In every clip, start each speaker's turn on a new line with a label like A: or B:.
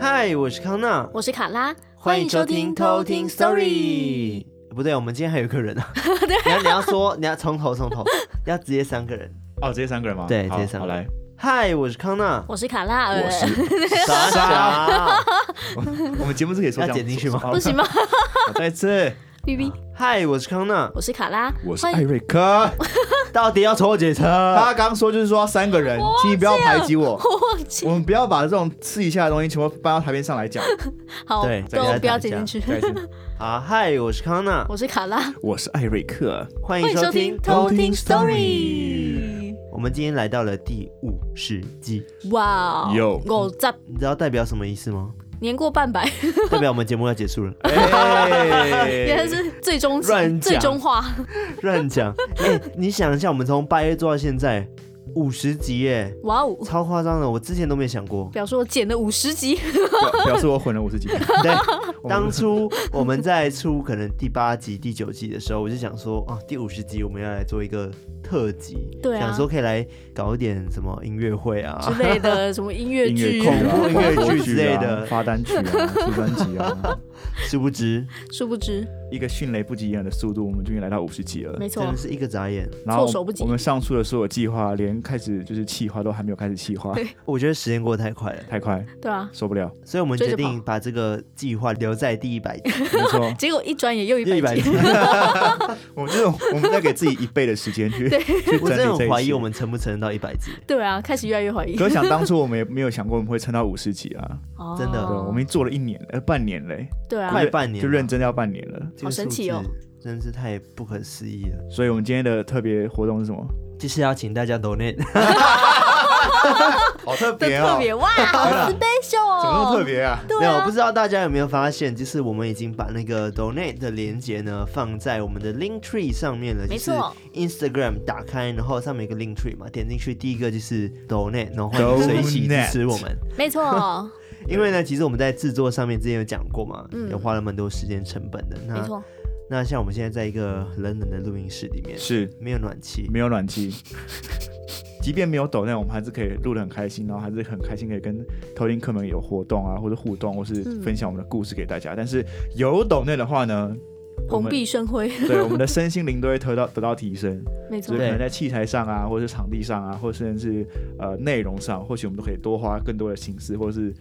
A: 嗨，我是康娜，
B: 我是卡拉，
A: 欢迎收听偷听 Story。不对，我们今天还有一个人 啊。你要你要说，你要从头从头，要直接三个人。
C: 哦，这三个人吗？
A: 对
C: 好
A: 直接三个
C: 好来，
A: 嗨，我是康 娜，
B: 我是卡拉呃尔，
C: 我是
A: 傻傻。
C: 我们节目是可以说这
A: 要
C: 样
A: 剪进去吗
C: 好
B: 不行吗
C: 好再一次，
B: ？B B，
A: 嗨，我是康娜，
B: 我是卡拉，
C: 我是
B: 欢
A: 哎
C: 艾
B: 迎
C: 瑞克。
A: 到底要从我几层？
C: 他刚说就是说三个人，请你不要排挤我，
B: 我忘记
C: 我们不要把这种刺一下的东西全部搬到台面上来讲。
B: 好，
A: 对再给
B: 都
A: 他
B: 不要
A: 讲一
B: 剪进
C: 再
B: 去。
C: 一次，
A: 啊，嗨，我是康娜，
B: 我是卡拉，
C: 我是艾瑞克，
A: 欢
B: 欢
A: 迎
B: 迎收
A: 收
B: 听
A: 听
B: 偷
A: 偷
B: 听
A: 听
B: Story
A: Story。。我们今天来到了第五十集，
B: 哇哦，
C: Yo
B: 我在
A: 你知道代表什么意思 吗？
B: 年过半百，
A: 代表我们节目要结束了。
B: 原来
C: 哎，
B: 是最终集
A: 乱讲
B: 最终话，
A: 乱讲，哎、你想一下，我们从八月做到现在五十集，耶，
B: 哇哦！
A: 超夸张的，我之前都没想过。
B: 表示我剪了五十集，
C: 表表示我混了五十几 年。
A: 对，
C: 我们
A: 当初我们在出可能第八集、第九集的时候，我就想说，啊，第五十集我们要来做一个特辑，
B: 对啊
A: 想说可以来搞一点什么音乐会啊，
B: 之类的，什么音乐
C: 音
B: 剧
C: 乐、
A: 恐怖音乐剧之类的
C: 发单曲啊，出专辑 啊，
A: 殊不知
B: 殊不知，
C: 一个迅雷不及掩耳的速度，我们终于来到五十集了。
B: 没
A: 真
B: 错
A: 的，是一个眨眼。
C: 然后
B: 措手不及
C: 我们上述的所有计划，连开始就是企划都还没有开始企划，
A: 我觉得时间过得太快了，
C: 太快
B: 对啊，
C: 受不了。
A: 所以我们
B: 追
A: 决
B: 着跑
A: 定把这个计划留在第一百 集。
C: 没错，
B: 结果一转眼又
A: 又
B: 一
A: 一
B: 百
A: 百
B: 集
A: 集，，
C: 我们这种我们在给自己一倍的时间去去
A: 我
C: 整
A: 真的
C: 理这
A: 很
C: 一
A: 怀疑
C: 切
A: 我。们撑不撑得到一百集。
B: 对啊，开始越来越怀疑
C: 可，是想当初我们也没有想过我们会撑到五十集啊，
B: 哦
A: 真的
C: 对，我们已经做了一年呃半年嘞，
B: 对啊
A: 快，半年
C: 就
A: 了
C: 认真要半年了。
A: 这个
B: 好神
A: 数
B: 奇
A: 字
B: 哦，
A: 真是太不可思议了。
C: 所以我们今天的特别活动是什么？
A: 就是要请大家 donate，哦
C: 好特
B: 的特别 哇，好 special，
C: 啊
B: 哦
C: 怎么那么特？别 啊？
B: 对
A: 没有，我
B: 啊
A: 不，知道大家有没有发现，就是我们已经把那个 donate 的连接呢放在我们的 link tree 上面了，
B: 没
A: 就是
B: 错
A: Instagram 打开，然后上面有个 link tree 嘛，点进去第一个就是 donate，然后欢迎随喜支持我们。
B: 没 错，
C: 啊
A: 因为呢，其实我们在制作上面之前有讲过嘛，
B: 嗯
A: 有花了蛮多时间成本的。
B: 没
A: 那
B: 错，
A: 那像我们现在在一个很冷冷的录音室里面，
C: 是
A: 没有暖气，
C: 没有暖气，即便没有抖，但我们还是可以录得很开心，然后还是很开心可以跟偷听客们有活动啊，或者互动，或是
B: 嗯
C: 分享我们的故事给大家。但是有抖内的话呢，我
B: 蓬
C: 们
B: 荜生辉，
C: 对我们的身心灵都会得到得到提升。
B: 没
C: 就
B: 错
C: 是，
A: 对
C: 可能在器材上啊，或者是场地上啊，或者甚至是呃内容上，或许我们都可以多花更多的心思，或者是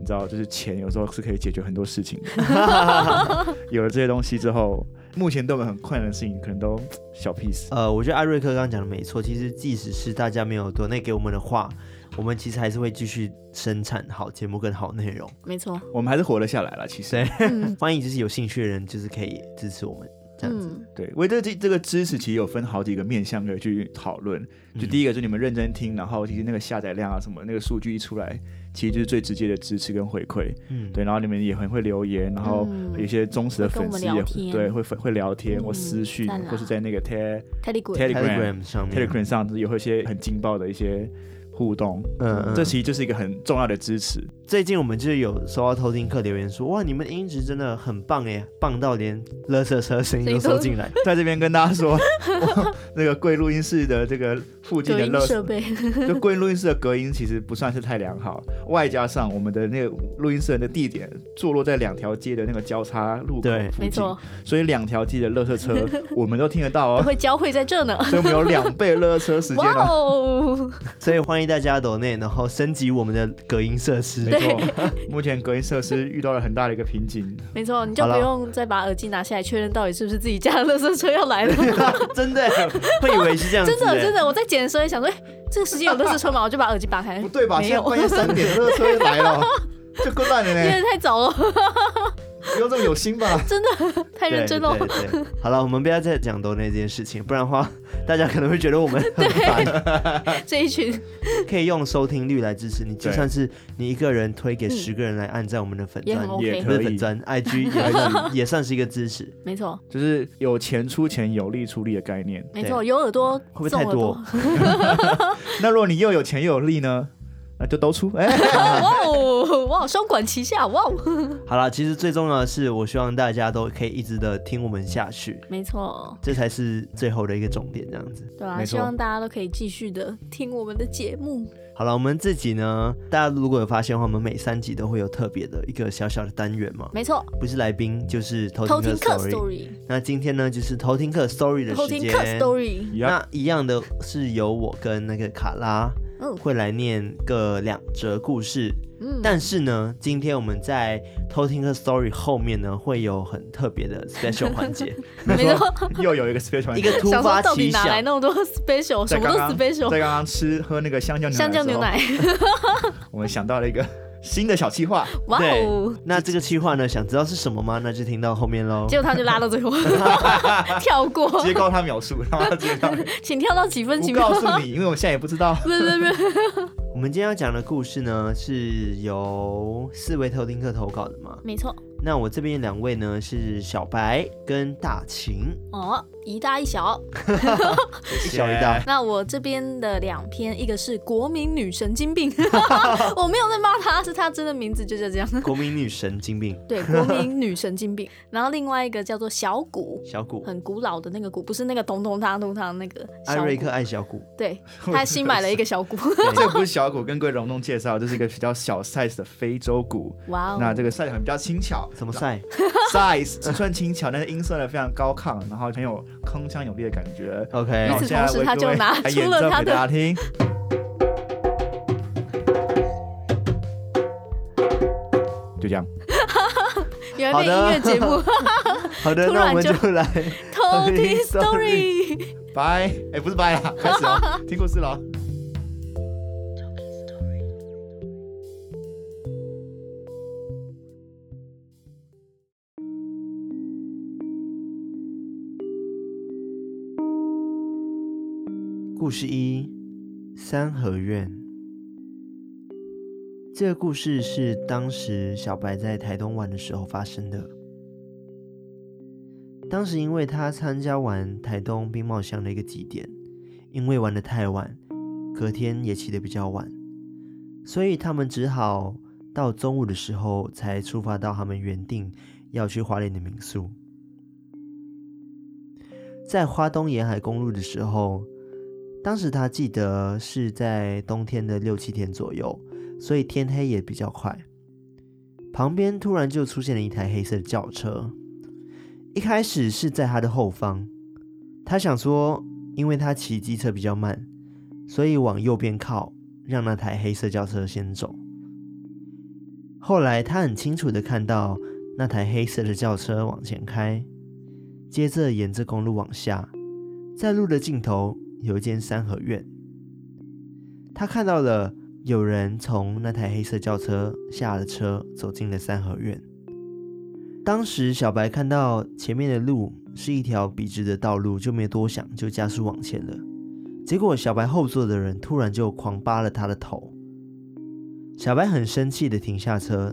C: 你知道，就是钱有时候是可以解决很多事情的。 有了这些东西之后，目前对我们很困难的事情，可能都嗯小 piece。
A: 呃，我觉得艾瑞克刚刚讲的没错，其实即使是大家没有 donate 给我们的话，我们其实还是会继续生产好节目跟好内容。
B: 没错，
C: 我们还是活了下来了，其实。
A: 对
B: 嗯
A: 欢迎就是有兴趣的人，就是可以支持我们这样子。
B: 嗯，
C: 对，我觉得这这个知识其实有分好几个面向可以去讨论。
B: 嗯
A: 嗯
C: 就第一个就是你们认真听，然后其实那个下载量啊什么，那个数据一出来，其实就是最直接的支持跟回馈。
A: 嗯，
C: 对，然后你们也很会留言，然后
B: 嗯
C: 有些忠实的
B: 会跟
C: 粉
B: 我们
C: 丝也
B: 聊
C: 会
B: 天
C: 对会粉会聊天或
B: 嗯
C: 私讯
B: 赞，啦
C: 或是在那个 Te
A: 嗯
B: 泰利滚，
C: Telegram
A: ，Telegram 上面
C: Telegram 上也会有一些很劲爆的一些互动，
A: 嗯，嗯
C: 这其实就是一个很重要的支持。
A: 最近我们就是有收到偷听客留言说，哇，你们的音质真的很棒哎，棒到连垃圾车声音都收进来。
C: 在这边跟大 家说， 我那个贵录音室的这个附近
B: 隔
C: 的
B: 音
C: 乐
B: 设备，
C: 就贵录音室的隔音其实不算是太良好，外加上我们的那个录音室的那个地点坐落在两条街的那个交叉路 口
A: 对
C: 附
B: 没
C: 近，
B: 错，
C: 所以两条街的垃圾 车我们都听得到
B: 我
C: 哦，
B: 会交汇在这呢，
C: 所以我们有两倍垃圾车时间
B: 哇
C: 哦。
B: 哦，
A: 所以欢迎大家 donate，然后升级我们的隔音设施。
C: 没错，目前隔音设施遇到了很大的一个瓶 颈，
B: 没错，你就
A: 好
B: 不
A: 了
B: 用再把耳机拿下来确认到底是不是自己家的垃圾车要来 了。
A: 真的会以为是这样子
B: 真
A: 耶，
B: 的真的，我在剪的时候也想说，哎、这个时间有乐视车吗？ 我就把耳机拔开，
C: 不对吧？
B: 哎没
C: 现在
B: 有，
C: 半夜三点垃圾车就来了，这够烂的
B: 因
C: 呢，
B: 为太早了，
C: 不用这么有心吧？
B: 太认真哦了
A: 对。对对，好了，我们不要再讲 donate 这件事情，不然的话，大家可能会觉得 我们很烦。
B: 这一群
A: 可以用收听率来支持你，就
C: 对
A: 算是你一个人推给
B: 嗯
A: 十个人来按赞我们的粉
B: 也很
A: 砖，
B: OK
C: 也
A: 不
C: 可
A: 是
C: 以
A: 粉，砖，IG 也 算也算是一个支持。
B: 没错
C: 就是有钱出钱，有力出力的概念。
B: 没错，有耳朵
A: 会不会
B: 送
A: 太
B: 耳朵，
C: 那如果你又有钱又有力呢？那那就都 出。哎、
B: 哇哦，哇，双管齐下，哇哦，
A: 好了，其实最重要的是，我希望大家都可以一直的听我们下去，
B: 没错，
A: 这才是最后的一个重点，这样子。
B: 对啊，
C: 没错
B: 希望大家都可以继续的听我们的节目，
A: 好了，我们自己呢，大家如果有发现的话，我们每三集都会有特别的一个小小的单元嘛，
B: 没错，
A: 不是来宾就是偷
B: 偷
A: 听
B: 听
A: 客
B: 课
A: story。
B: story，
A: 那今天呢，就是偷听课 story 的
B: 偷
A: 时
B: 听课
A: 间。
B: story，
C: 呀，
A: 那一样的是由我跟那个卡拉
B: 嗯
A: 会来念个两则故事，
B: 嗯，
A: 但是呢，今天我们在偷听课 story 后面呢，会有很特别的 special 环节，
B: 没错，
C: 又有一个 special
A: 一个突
B: 想
A: 发
B: 说到底
A: 奇
B: 哪来
A: 想，
B: 那么多 special，什
C: 在
B: 么
C: 刚
B: 都
C: 刚
B: special，
C: 在刚刚吃喝那个香蕉牛奶的时候
B: 香蕉牛，奶，
C: 我们想到了一个新的小 计划，
B: 哇
A: 对
B: 哦，
A: 那这个计划呢，想知道是什么吗？那就听到后面喽
B: 结。果他就拉到最后，跳过，
C: 直接告诉他秒数，让他知道。
B: 请跳到几分几
C: 不
B: 秒
C: 告，诉你，因为我现在也不知道。
B: 不是不是不是，
A: 我们今天要讲的故事呢，是由四位偷听客投稿的嘛？
B: 没错，
A: 那我这边两位呢是小白跟大晴，
B: 哦，一大一小。
A: 一小一大，
B: 那我这边的两篇，一个是国民女神经病， 我没有在骂她，是她真的名字就叫这样。
A: 国民女神金病
B: 对， 国民女神经病。然后另外一个叫做小谷，
A: 小谷，
B: 很古老的那个谷，不是那个咚咚当咚当那个
A: 艾
B: 小
A: 瑞
B: 谷
A: 克。爱小谷，
B: 对， 他新买了一个小谷。
C: 这个不是小谷，跟各位隆重介绍，这是一个比较小 size 的非洲谷。
B: 哇哦！
C: 那这个 size 很比较轻巧，
A: 什么 赛？
C: size 尺寸轻巧，但是音色呢非常高亢，然后很有铿锵有力的感觉。
A: OK，
C: 那我
B: 与此
C: 现在
B: 同时
C: 为
B: 他
C: 各
B: 就
C: 位
B: 拿
C: 来
B: 出
C: 演
B: 了
C: 奏
B: 他
C: 给
B: 的
C: 大家听。就这样，
B: 原
A: 好
B: 来变音
A: 的
B: 乐 节目，
A: 好的，
B: 突
A: 那我
B: 然
A: 们
B: 就
A: 就来。
B: 偷听
A: Sorry
B: story。
C: 拜，哎，不是拜啦，开始了，听故事了。
A: 故事一：三合院。这个故事是当时小白在台东玩的时候发生的。当时因为他参加完台东冰帽乡的一个祭典，因为玩得太晚，隔天也起得比较晚，所以他们只好到中午的时候才出发到他们原定要去花莲的民宿。在花东沿海公路的时候，当时他记得是在冬天的六七天左右，所以天黑也比较快。旁边突然就出现了一台黑色的轿车，一开始是在他的后方。他想说，因为他骑机车比较慢，所以往右边靠，让那台黑色轿车先走。后来他很清楚的看到那台黑色的轿车往前开，接着沿着公路往下，在路的尽头有一间三合院，他看到了有人从那台黑色轿车下了车，走进了三合院。当时小白看到前面的路是一条笔直的道路，就没多想，就加速往前了。结果小白后座的人突然就狂扒了他的头，小白很生气的停下车，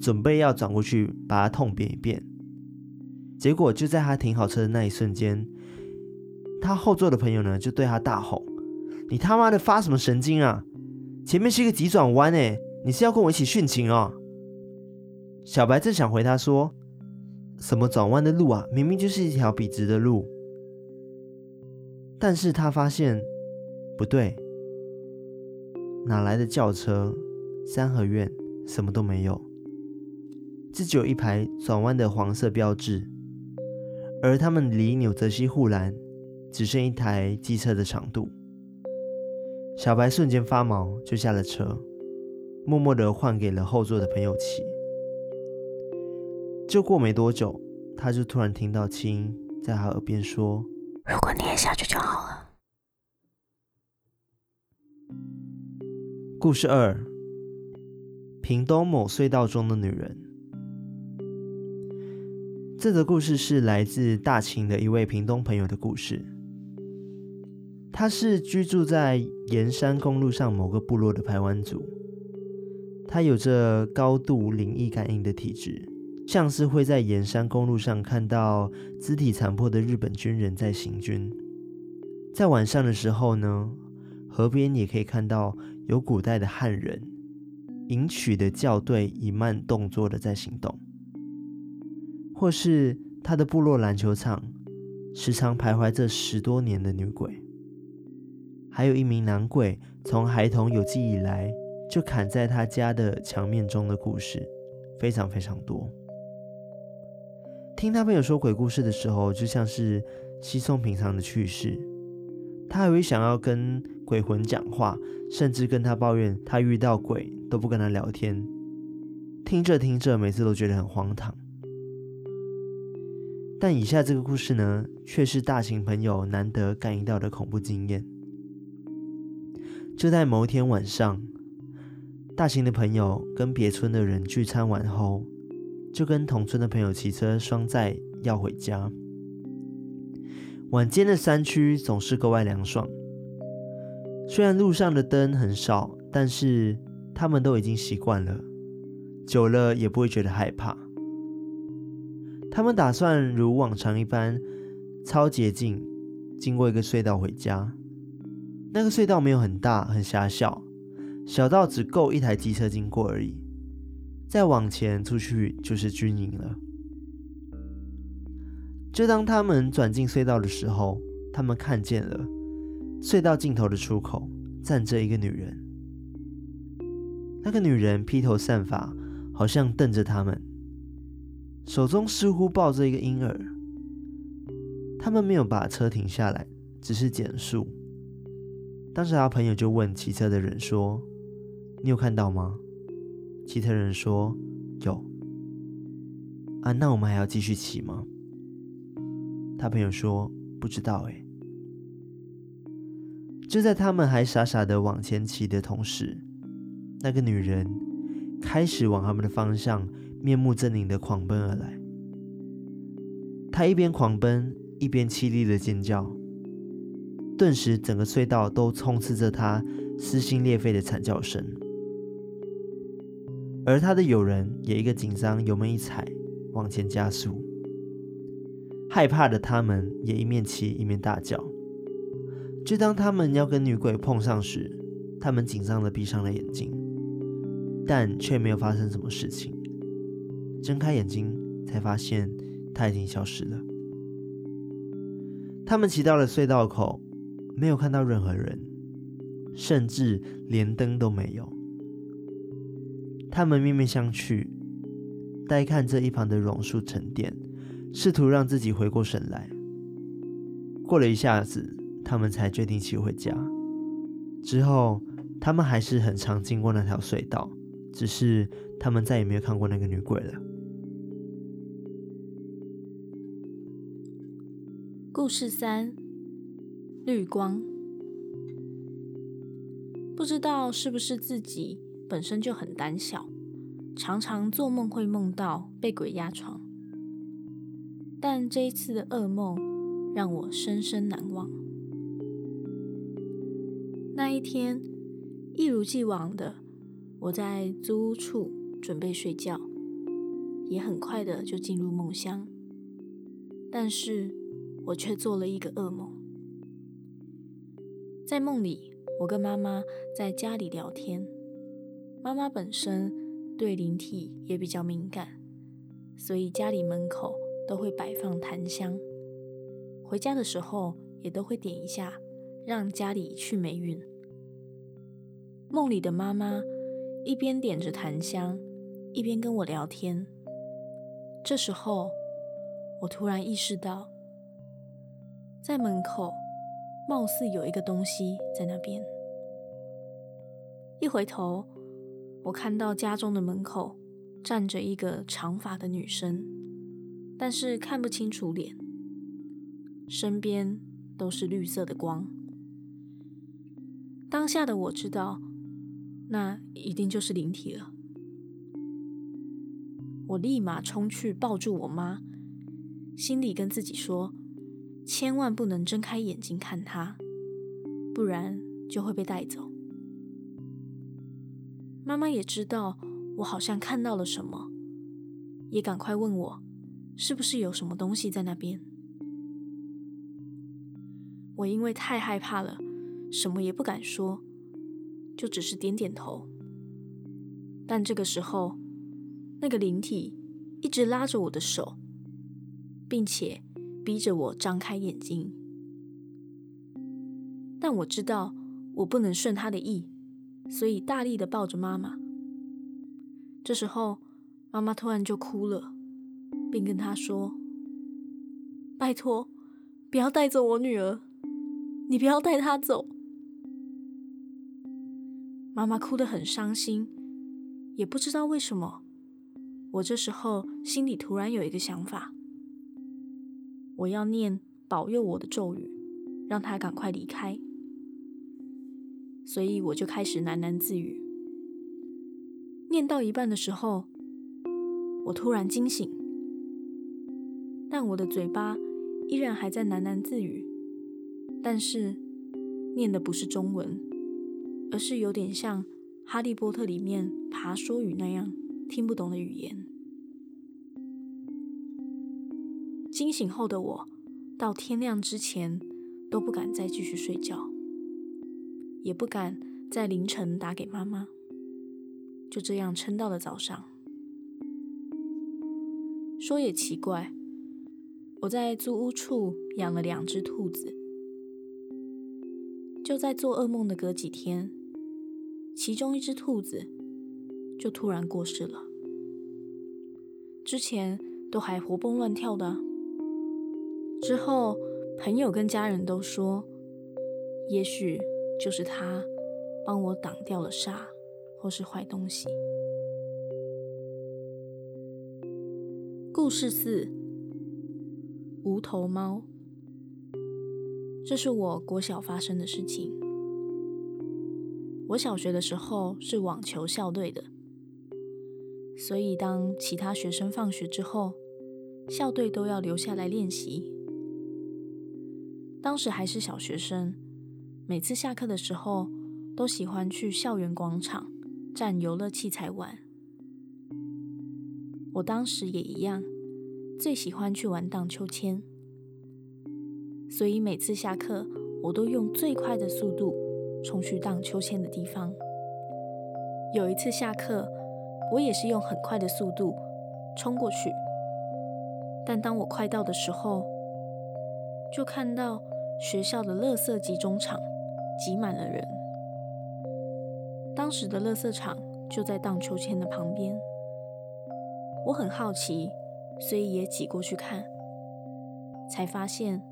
A: 准备要转过去把他痛扁一遍。结果就在他停好车的那一瞬间，他后座的朋友呢就对他大吼：“你他妈的发什么神经啊！前面是一个急转弯哎，你是要跟我一起殉情哦？”小白正想回他说：“什么转弯的路啊，明明就是一条笔直的路。”但是他发现不对，哪来的轿车？三合院什么都没有，这只有一排转弯的黄色标志，而他们离纽泽西护栏只剩一台机车的长度。小白瞬间发毛，就下了车，默默地换给了后座的朋友骑。就过没多久，他就突然听到青在他耳边说
B: 如果你也下去就好了。：“
A: 故事二，屏东某隧道中的女人。”这则故事是来自大秦的一位屏东朋友的故事。他是居住在盐山公路上某个部落的排湾族，他有着高度灵异感应的体质，像是会在盐山公路上看到肢体残破的日本军人在行军。在晚上的时候呢，河边也可以看到有古代的汉人，迎娶的校队以慢动作的在行动，或是他的部落篮球场，时常徘徊着十多年的女鬼，还有一名男鬼从孩童有记以来就砍在他家的墙面中的故事，非常非常多。听他朋友说鬼故事的时候，就像是稀松平常的趣事。他还会想要跟鬼魂讲话，甚至跟他抱怨他遇到鬼都不跟他聊天。听着听着，每次都觉得很荒唐。但以下这个故事呢，却是大型朋友难得感应到的恐怖经验。就在某一天晚上，大型的朋友跟别村的人聚餐完后，就跟同村的朋友骑车双载要回家。晚间的山区总是格外凉爽，虽然路上的灯很少，但是他们都已经习惯了，久了也不会觉得害怕。他们打算如往常一般，抄捷径，经过一个隧道回家。那个隧道没有很大，很狭小，小到只够一台机车经过而已。再往前出去就是军营了。就当他们转进隧道的时候，他们看见了隧道尽头的出口站着一个女人。那个女人披头散发，好像瞪着他们，手中似乎抱着一个婴儿。他们没有把车停下来，只是减速。当时他朋友就问骑车的人说：“你有看到吗？”骑车人说：“有。”啊，那我们还要继续骑吗？他朋友说：“不知道诶。”就在他们还傻傻的往前骑的同时，那个女人开始往他们的方向面目狰狞的狂奔而来。她一边狂奔，一边凄厉的尖叫。顿时，整个隧道都充斥着她撕心裂肺的惨叫声。而她的友人也一个紧张，油门一踩，往前加速。害怕的他们也一面骑一面大叫。就当他们要跟女鬼碰上时，他们紧张的闭上了眼睛，但却没有发生什么事情。睁开眼睛才发现她已经消失了。他们骑到了隧道口，没有看到任何人，甚至连灯都没有。他们面面相觑，呆看着一旁的榕树沉淀。试图让自己回过神来。过了一下子，他们才决定骑回家。之后，他们还是很常经过那条隧道，只是他们再也没有看过那个女鬼了。
B: 故事三：绿光。不知道是不是自己本身就很胆小，常常做梦会梦到被鬼压床。但这一次的噩梦让我深深难忘。那一天，一如既往的，我在租屋处准备睡觉，也很快的就进入梦乡。但是我却做了一个噩梦，在梦里，我跟妈妈在家里聊天。妈妈本身对灵体也比较敏感，所以家里门口。都会摆放檀香，回家的时候也都会点一下，让家里去霉运。梦里的妈妈一边点着檀香，一边跟我聊天。这时候，我突然意识到，在门口貌似有一个东西在那边。一回头，我看到家中的门口站着一个长发的女生。但是看不清楚脸，身边都是绿色的光。当下的我知道，那一定就是灵体了。我立马冲去抱住我妈，心里跟自己说：千万不能睁开眼睛看她，不然就会被带走。妈妈也知道我好像看到了什么，也赶快问我。是不是有什么东西在那边？我因为太害怕了，什么也不敢说，就只是点点头。但这个时候，那个灵体一直拉着我的手，并且逼着我张开眼睛。但我知道我不能顺他的意，所以大力的抱着妈妈。这时候，妈妈突然就哭了，并跟他说：“拜托，不要带走我女儿，你不要带她走。”妈妈哭得很伤心，也不知道为什么。我这时候心里突然有一个想法，我要念保佑我的咒语，让她赶快离开。所以我就开始喃喃自语。念到一半的时候，我突然惊醒，但我的嘴巴依然还在喃喃自语，但是念的不是中文。而是有点像《哈利波特》里面爬说语那样听不懂的语言。惊醒后的我，到天亮之前都不敢再继续睡觉，也不敢在凌晨打给妈妈。就这样撑到了早上。说也奇怪，我在租屋处养了两只兔子，就在做噩梦的隔几天，其中一只兔子就突然过世了。之前都还活蹦乱跳的啊，之后朋友跟家人都说，也许就是他帮我挡掉了煞或是坏东西。故事四：无头猫。这是我国小发生的事情。我小学的时候是网球校队的，所以当其他学生放学之后，校队都要留下来练习。当时还是小学生，每次下课的时候都喜欢去校园广场占游乐器材玩。我当时也一样，最喜欢去玩荡秋千。所以每次下课，我都用最快的速度冲去荡秋千的地方。有一次下课，我也是用很快的速度冲过去，但当我快到的时候，就看到学校的垃圾集中场挤满了人。当时的垃圾场就在荡秋千的旁边，我很好奇，所以也挤过去看，才发现。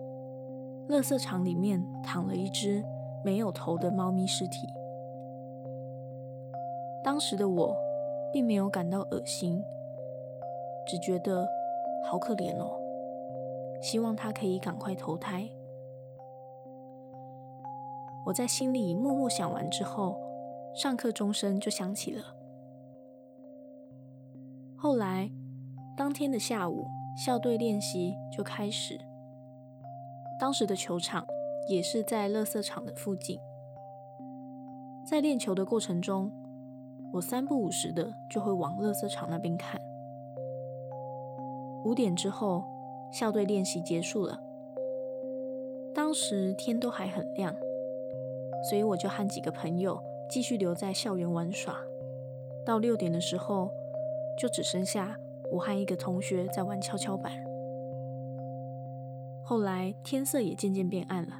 B: 垃圾场里面躺了一只没有头的猫咪尸体。当时的我并没有感到恶心，只觉得好可怜哦，希望它可以赶快投胎。我在心里默默想完之后，上课钟声就响起了。后来，当天的下午，校队练习就开始。当时的球场也是在垃圾场的附近。在练球的过程中，我三不五时的就会往垃圾场那边看。五点之后，校队练习结束了。当时天都还很亮，所以我就和几个朋友继续留在校园玩耍。到六点的时候，就只剩下我和一个同学在玩跷跷板。后来天色也渐渐变暗了，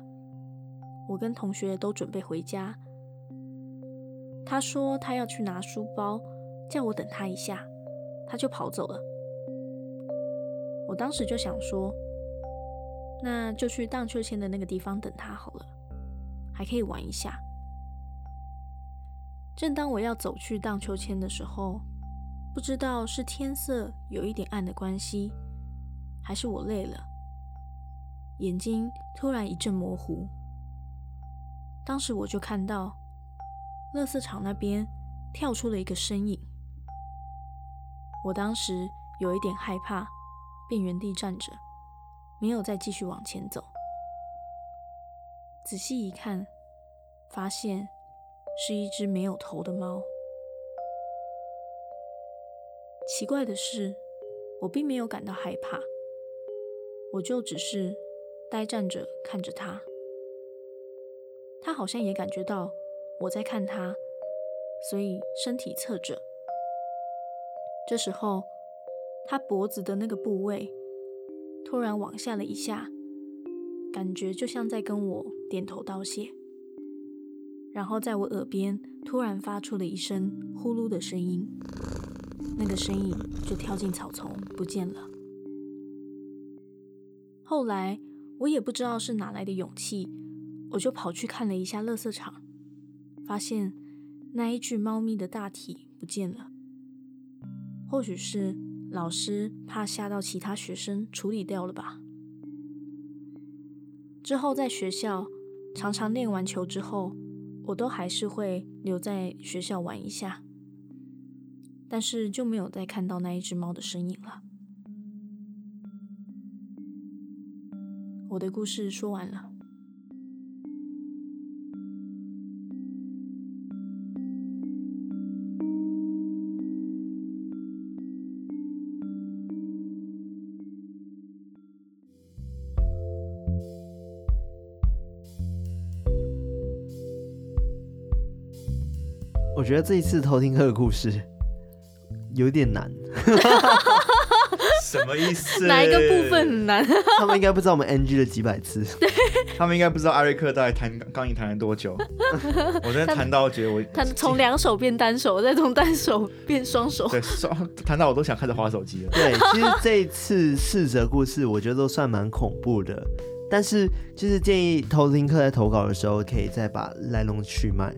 B: 我跟同学都准备回家。他说他要去拿书包，叫我等他一下，他就跑走了。我当时就想说，那就去荡秋千的那个地方等他好了，还可以玩一下。正当我要走去荡秋千的时候，不知道是天色有一点暗的关系，还是我累了。眼睛突然一阵模糊，当时我就看到，垃圾场那边跳出了一个身影。我当时有一点害怕，便原地站着，没有再继续往前走。仔细一看，发现是一只没有头的猫。奇怪的是，我并没有感到害怕，我就只是。呆站着看着他，他好像也感觉到我在看他，所以身体侧着。这时候，他脖子的那个部位突然往下了一下，感觉就像在跟我点头道谢。然后在我耳边突然发出了一声呼噜的声音，那个身影就跳进草丛不见了。后来我也不知道是哪来的勇气，我就跑去看了一下垃圾场，发现那一具猫咪的大体不见了。或许是老师怕吓到其他学生，处理掉了吧。之后在学校常常练完球之后，我都还是会留在学校玩一下，但是就没有再看到那一只猫的身影了。我的故事说完了。
A: 我觉得这一次偷听课的故事 有点难，
C: 什么意思？
B: 哪一个部分很难？
A: 他们应该不知道我们 NG 了几百次。
C: 他们应该不知道艾瑞克到底弹钢琴弹了 多久。我真的弹到觉得我
B: 他从两手变单手，再从单手变双手。
C: 对 双弹到我都想开始划手机了。
A: 对，其实这一次四则故事，我觉得都算蛮恐怖的。但是就是建议偷听课在投稿的时候，可以再把来龙去脉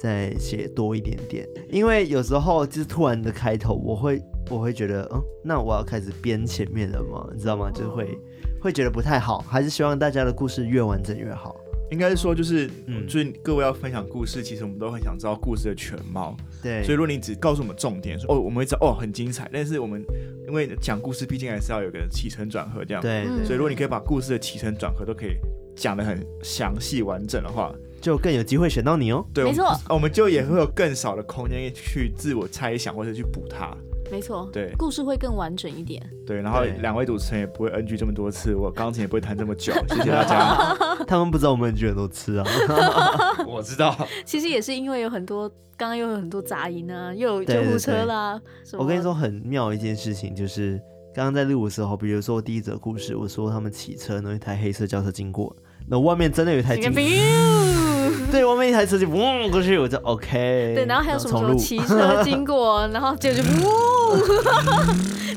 A: 再写多一点点，因为有时候就是突然的开头，我会我会觉得，嗯，那我要开始编前面的吗？你知道吗？就是会会觉得不太好，还是希望大家的故事越完整越好。
C: 应该是说就是
A: 嗯
C: 就是各位要分享故事，其实我们都很想知道故事的全貌。
A: 对，
C: 所以如果你只告诉我们重点，说哦我们会知道哦很精彩，但是我们因为讲故事毕竟还是要有个起承转合这样。。
A: 对对，
B: 嗯
C: 所以如果你可以把故事的起承转合都可以讲得很详细完整的话，
A: 就更有机会选到你哦。
C: 对，
B: 没错
C: 我们我们就也会有更少的空间去自我猜想或者去补它。
B: 没错，
C: 对
B: 故事会更完整一点。
C: 对，然后
A: 对
C: 两位主持人也不会 NG 这么多次，我钢琴也不会弹这么久，谢谢大家。
A: 他们不知道我们觉得都吃啊。
C: 我知道，
B: 其实也是因为有很多，刚刚又有很多杂音啊，又有
A: 对
B: 救
A: 对
B: 护车啦，什么
A: 我跟你，说很妙一件事情，就是刚刚在录的时候，比如说第一则故事，我说他们骑车，然后一台黑色轿车经过，那外面真的有一台
B: 里面
A: 警，
B: biu
A: 对，外面一台车就嗡过去，我就 OK。
B: 对，然后还有什么什
A: 重
B: 么
A: 录
B: 骑 车经过，然后结果就呜，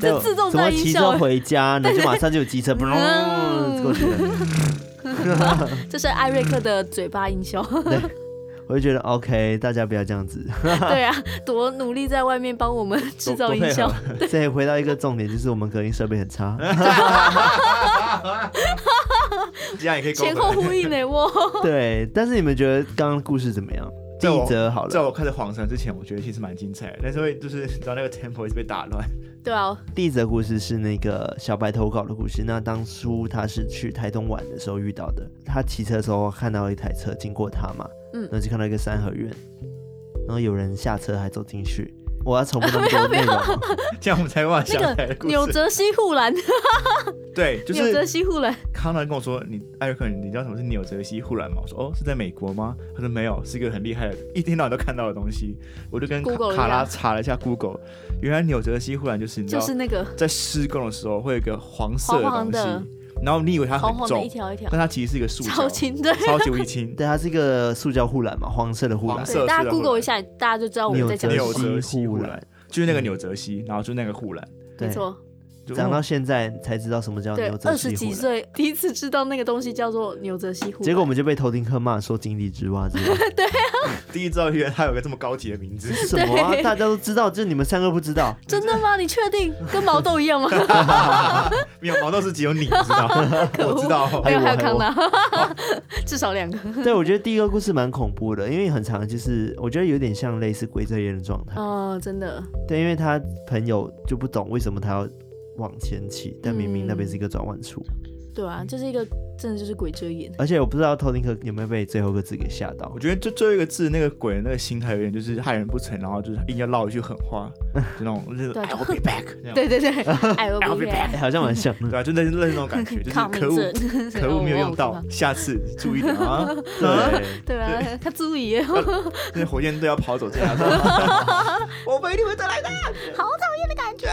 A: 对
B: 这自动
A: 什么
B: 带音
A: 骑
B: 效
A: 车回家，然后就马上就有 机车
B: 嗯
A: 嗡过去了，
B: 这是艾瑞克的嘴巴音 效。
A: 我就觉得 OK，大家不要这样子。
B: 对啊，多努力在外面帮我们制造音效
C: 多。
A: 所以回到一个重点，就是我们隔音设备很 差。
C: 这样也可以
B: 前后呼应呢，哇！
A: 对，但是你们觉得刚刚故事怎么样？第
C: 在我
A: 一则好
C: 在
A: 了，
C: 我开始晃神之前，我觉得其实蛮精彩的，但是会就是 你知道那个 tempo 一直被打乱。
B: 对啊，
A: 第一则故事是那个小白投稿的故事。那当初他是去台东玩的时候遇到的。他骑车的时候看到一台车经过他嘛，
B: 嗯
A: 然后就看到一个三合院，然后有人下车还走进去。我要重复那么 多内容吗，
C: 这样我们才往下
B: 那
C: 来的
B: 个
C: 故
B: 纽
C: 事。
B: 泽西护栏，
C: 对，就
B: 纽泽
C: 是
B: 西护栏，
C: 康纳跟我说，你艾瑞克，你知道什么是纽泽西护栏吗？我说哦，是在美国吗？他说没有，是一个很厉害的，一天到晚都看到的东西。我就跟卡
B: Google 一下
C: 卡拉查了一下 Google，原来纽泽西护栏就是你知
B: 就
C: 道、
B: 是那个
C: 在施工的时候会有一个黄色东
B: 黄黄
C: 西，
B: 的
C: 然后你以为它很
B: 红红的
C: 重
B: 一，条一条
C: 但，它其实是一个塑胶，
B: 超轻对。
C: 超级无 敌轻。
A: 对，它是一个塑胶护栏嘛，黄色的护栏
C: 黄，色
B: 对，大
C: 的
B: 家
C: 护
B: Google
C: 栏
B: 一下，大家就知道我们
A: 纽
B: 在讲
C: 纽
B: 什
C: 泽
B: 么。
C: 西
A: 西
C: 护
A: 护
C: 栏
A: 栏。
C: 就是那个纽泽西，然后就是那个护栏，
A: 对
B: 没，错，
C: 就
A: 长到现在才知道什么叫
B: 对
A: 牛，泽
B: 二
A: 西
B: 十几
A: 护栏。
B: 岁第一次知道那个东西叫做纽泽西护栏。
A: 结果我们就被头听客骂说井底之蛙之类 的，
C: 第一次知道原来它有个这么高级的名字
A: 这，是什么啊？
B: 对
A: 大家都知道，就是你们三个不知道。
B: 真的吗？你确定跟毛豆一样吗？
C: 没有毛豆是只有你知道， 我知道。
B: 还有
A: 还
B: 还
A: 有
B: 有
A: 我
B: 康纳，至少两个。
A: 对，我觉得第一个故事蛮恐怖的，因为很长，就是我觉得有点像类似鬼遮眼的状态。
B: 哦，真的，
A: 对，因为
C: 嗯
A: 他朋友就不懂为什么他要往前骑，但明明那边是一个转弯处。
B: 对啊，就是一个真的就是鬼遮眼，
A: 而且我不知道偷听客有没有被最后一个字给吓到
C: 我。觉得就最后一个字，那个鬼的那个心态有点就是害人不成，然后就是硬要唠一句狠话，就那种就是
B: 对
C: I will be back 这样，
B: 对对对，I will
C: be
B: be
C: back
B: back。
A: 哎，好像蛮像
C: 对
A: 的。
C: 啊，就类似类似那种感 觉，就是
B: 抗命
C: 可恶
B: 症，
C: 可 恶没有用到，下次注意点啊。 对，
B: 对啊，他注意耶，好
C: 那火箭队要跑走 这样子，我们一定会再来的。
B: 讨厌的感觉。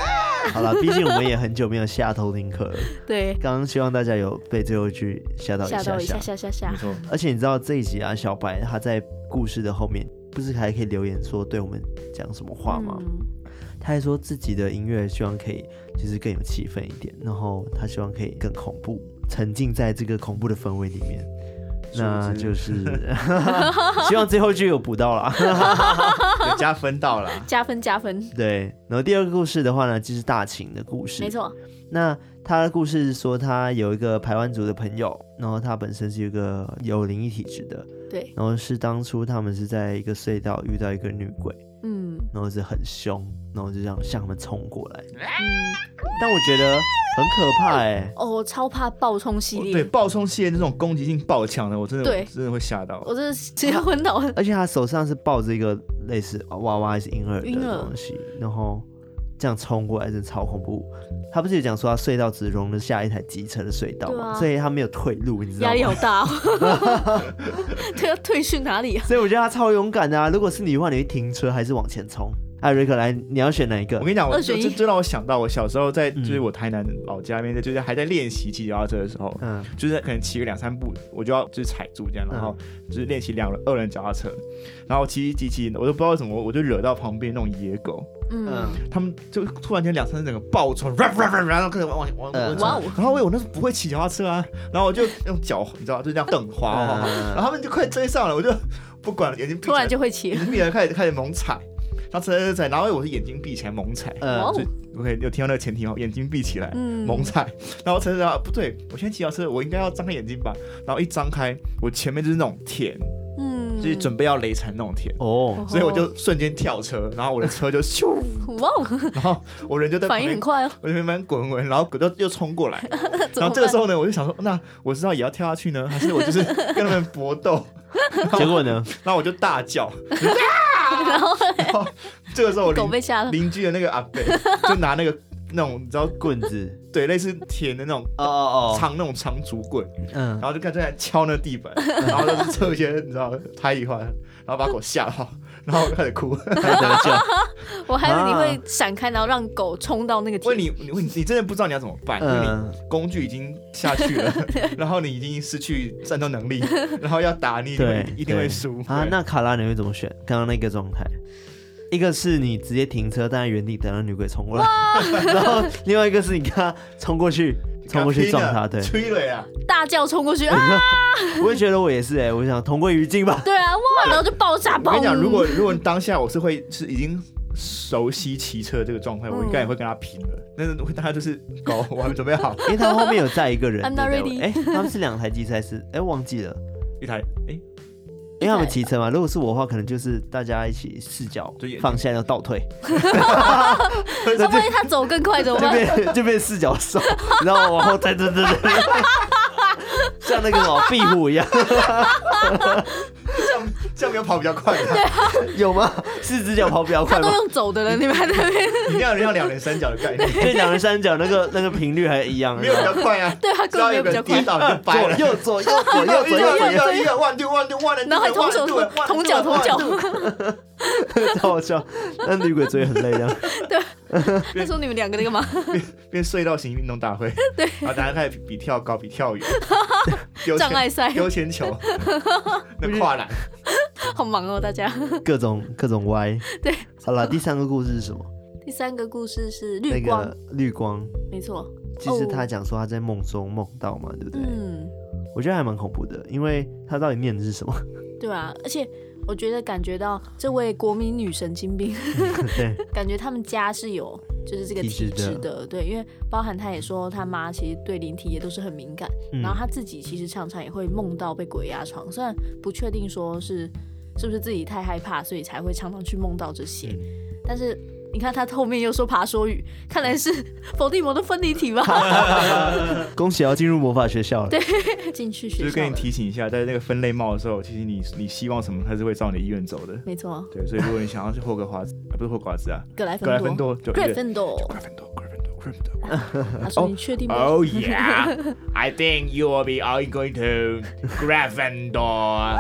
A: 好了，毕竟我们也很久没有吓偷听客了。
B: 对，
A: 刚刚希望大家有被最后一句吓到一
B: 吓
A: 下
B: 到一
A: 下
B: 下。下下下
C: 没，错，
A: 而且你知道这一集啊，小白他在故事的后面不是还可以留言说对我们讲什么话吗？
B: 嗯
A: 他还说自己的音乐希望可以就是更有气氛一点，然后他希望可以更恐怖，沉浸在这个恐怖的氛围里面。那就是 希望最后一句有补到啦。
C: 有加分到了。
B: 加分加分，
A: 对，然后第二个故事的话呢，就是大秦的故事。
B: 没错，
A: 那他的故事是说，他有一个排湾族的朋友，然后他本身是一个有灵异体质的，
B: 对，
A: 然后是当初他们是在一个隧道遇到一个女鬼，
B: 嗯
A: 然后是很凶，然后就这样向他们冲过来。
B: 嗯，
A: 但我觉得很可怕哎、
B: 哦，超怕暴冲系
C: 哦对
B: 列，
C: 暴冲系列那种攻击性爆强的，我真的
B: 对
C: 真的会吓到。
B: 我真的是直接昏倒了。
A: 而且他手上是抱着一个类似哦娃娃还是婴儿
B: 婴
A: 的
B: 儿
A: 东西，然后这样冲过来，真的超恐怖。他不是有讲说他隧道只容得下一台机车的隧道
B: 对
A: 吗？
B: 啊
A: 所以他没有退路，你知道
B: 压力
A: 吗
B: 好？大哦， 他要退去哪里啊？
A: 所以我觉得他超勇敢的啊！如果是你的话，你会停车还是往前冲？哎，瑞克，来，你要选哪一个
C: 我？跟你讲，我
B: 二选
C: 这
B: 一
C: 这让我想到我小时候在，就是
A: 嗯
C: 我台南老家那边，就是还在练习骑脚踏车的时候，
A: 嗯，
C: 就是可能骑个两三步，我就要就是踩住这样，然后
A: 嗯
C: 就是练习两人二人脚踏车，然后骑骑骑，我都不知道为什么，我就惹到旁边那种野狗，
B: 嗯，
C: 他们就突然间两三整个爆冲，然后开始往往往
A: 嗯
C: 往
B: 哇
C: 冲
B: 哦，
C: 然后我我那时候不会骑脚踏车啊，然后我就用脚你知道就这样蹬滑滑滑，
A: 嗯
C: 然后他们就快追上了，我就不管了，眼睛闭起
B: 突
C: 来
B: 然就会起
C: 眼
B: 了，
C: 睛闭起来开始开始猛踩，然后踩踩踩，然后我是眼睛闭起来猛踩，
B: 哇
A: 呃
B: 哦，
C: 所以 OK 有听到那个前提哦，眼睛闭起来。
B: 嗯，
C: 猛踩，然后才知啊道不对，我现在骑脚踏车，我应该要张开眼睛吧。然后一张开，我前面就是那种田，
B: 嗯，
C: 就是准备要雷残那种田，
A: 哦，
C: 所以我就瞬间跳车，然后我的车就 咻，
B: 哇哦，
C: 然后我人就在旁
B: 反应
C: 边
B: 很，快哦，
C: 我就慢慢滚滚，然后狗就又冲过来。
B: 怎
C: 然
B: 么
C: 后这个时
B: 办？
C: 候呢，我就想说，那我知道也要跳下 去呢，还是我就是跟他们搏斗？
A: 结果呢？
C: 然后我就大叫，然后这个时候我
B: 狗
C: 邻
B: 被吓了，
C: 邻居的那个阿伯就拿那个那种你知道
A: 棍 子，
C: 对类似铁的那种
A: 哦哦哦，
C: 长那种长竹棍，
A: 嗯
C: 然，后就看在敲那地板，然后就是测一些你知道拍一环，然后把狗吓到，然后我开始哭。
A: 还得救，
B: 我还以为你会闪开，然后让狗冲到那个
C: 问
B: 田。
C: 你你问你真的不知道你要怎么办，因为你
A: 嗯，
C: 工具已经下去了， 然后你已经失去战斗能力，然后要打你一定会
A: 对
C: 一定
A: 对
C: 会输
A: 啊，
C: 对
A: 那卡拉你会怎么选？刚刚那个状态，一个是你直接停车，但在原地等到女鬼冲过来， 然后另外一个是你跟他冲过去，冲过去撞他。对，
C: 吹了呀！
B: 大叫冲过去啊！
A: 我也觉得我也是哎、我想同归于尽吧。
B: 对啊，哇！然后就爆炸。
C: 我跟你讲，
B: 砰
C: 如果如果当下我是会是已经熟悉骑车这个状态，我应该也会跟他拼了。但是大家就是狗，我还没准备好
A: 因为他后面有载一个人，
B: I'm not
A: 对不对
B: ready
A: 哎、他们是两台机车还是？哎、忘记了，
C: 一台，哎，
A: 因为他们骑车嘛。如果是我的话，可能就是大家一起视角
C: 就也
A: 放下，要倒退，
B: 他万一他走更快怎么
A: 就
B: 办？
A: 变就变视角手，然后往后再 对对对，像那个什么壁虎一样，
C: 这样这样没有跑比较快 的，
A: 有吗？四只脚跑比较快
B: 他
A: 吗
B: 都？用走的了，你们还在那 边？
C: 你那样要两人三角的概念，
A: 这两人三角那个那个频率还一样，
C: 没有比较快啊。
B: 对他
C: 只
B: 根本
C: 要
B: 没
C: 有
B: 有比
C: 个
B: 较
C: 人
B: 快，
C: 跌倒你就掰嗯了。
A: 右左右 左右左右左右，
C: 右右，one two one two one，
B: 然后还同手同同脚同脚。
A: 超好笑。那女鬼追很累这样，
B: 他说你们两个那个嘛，
C: 变隧道型运动大会，对，然后大家开始比跳高，比跳远， 丢
B: 障碍赛
C: 丢 铅球，那跨栏，
B: 好忙哦，大家。
A: 各种各种歪。
B: 对，
A: 好了，第三个故事是什么？
B: 第三个故事是
A: 那
B: 绿光
A: 个，绿光，
B: 没错，
A: 其实他讲说他在梦中梦到嘛，对不对？
B: 嗯，
A: 我觉得还蛮恐怖的，因为他到底念的是什么？
B: 对啊，而且我觉得感觉到这位国民女神经病，
A: 对，
B: 感觉他们家是有就是这个
A: 体质
B: 体质
A: 的
B: 的，对，因为包含她也说她妈其实对灵体也都是很敏感，
A: 嗯
B: 然后她自己其实常常也会梦到被鬼压床，虽然不确定说是是不是自己太害怕，所以才会常常去梦到这些，但是你看他后面又说爬说语，看来是 伏地魔的分离体吧？
A: 恭喜要啊进入魔法学校了。
B: 进去
C: 就
B: 学
C: 是
B: 校
C: 跟你
B: 了，
C: 提醒一下，在那个分类帽的时候，其实你你希望什么，它是会照你的意愿走的。
B: 没错，
C: 对，所以如果你想要是霍格华兹，啊不是霍格华兹啊，
B: 格莱芬
C: 格莱芬
B: 多，
C: 多，对
B: 格
C: 对
B: 莱芬多
C: 格，莱芬多，格莱芬多，格莱芬多。
B: 他
A: 哦
B: 说你啊确定吗？
C: Oh yeah, I think you will be all going to Gryffindor.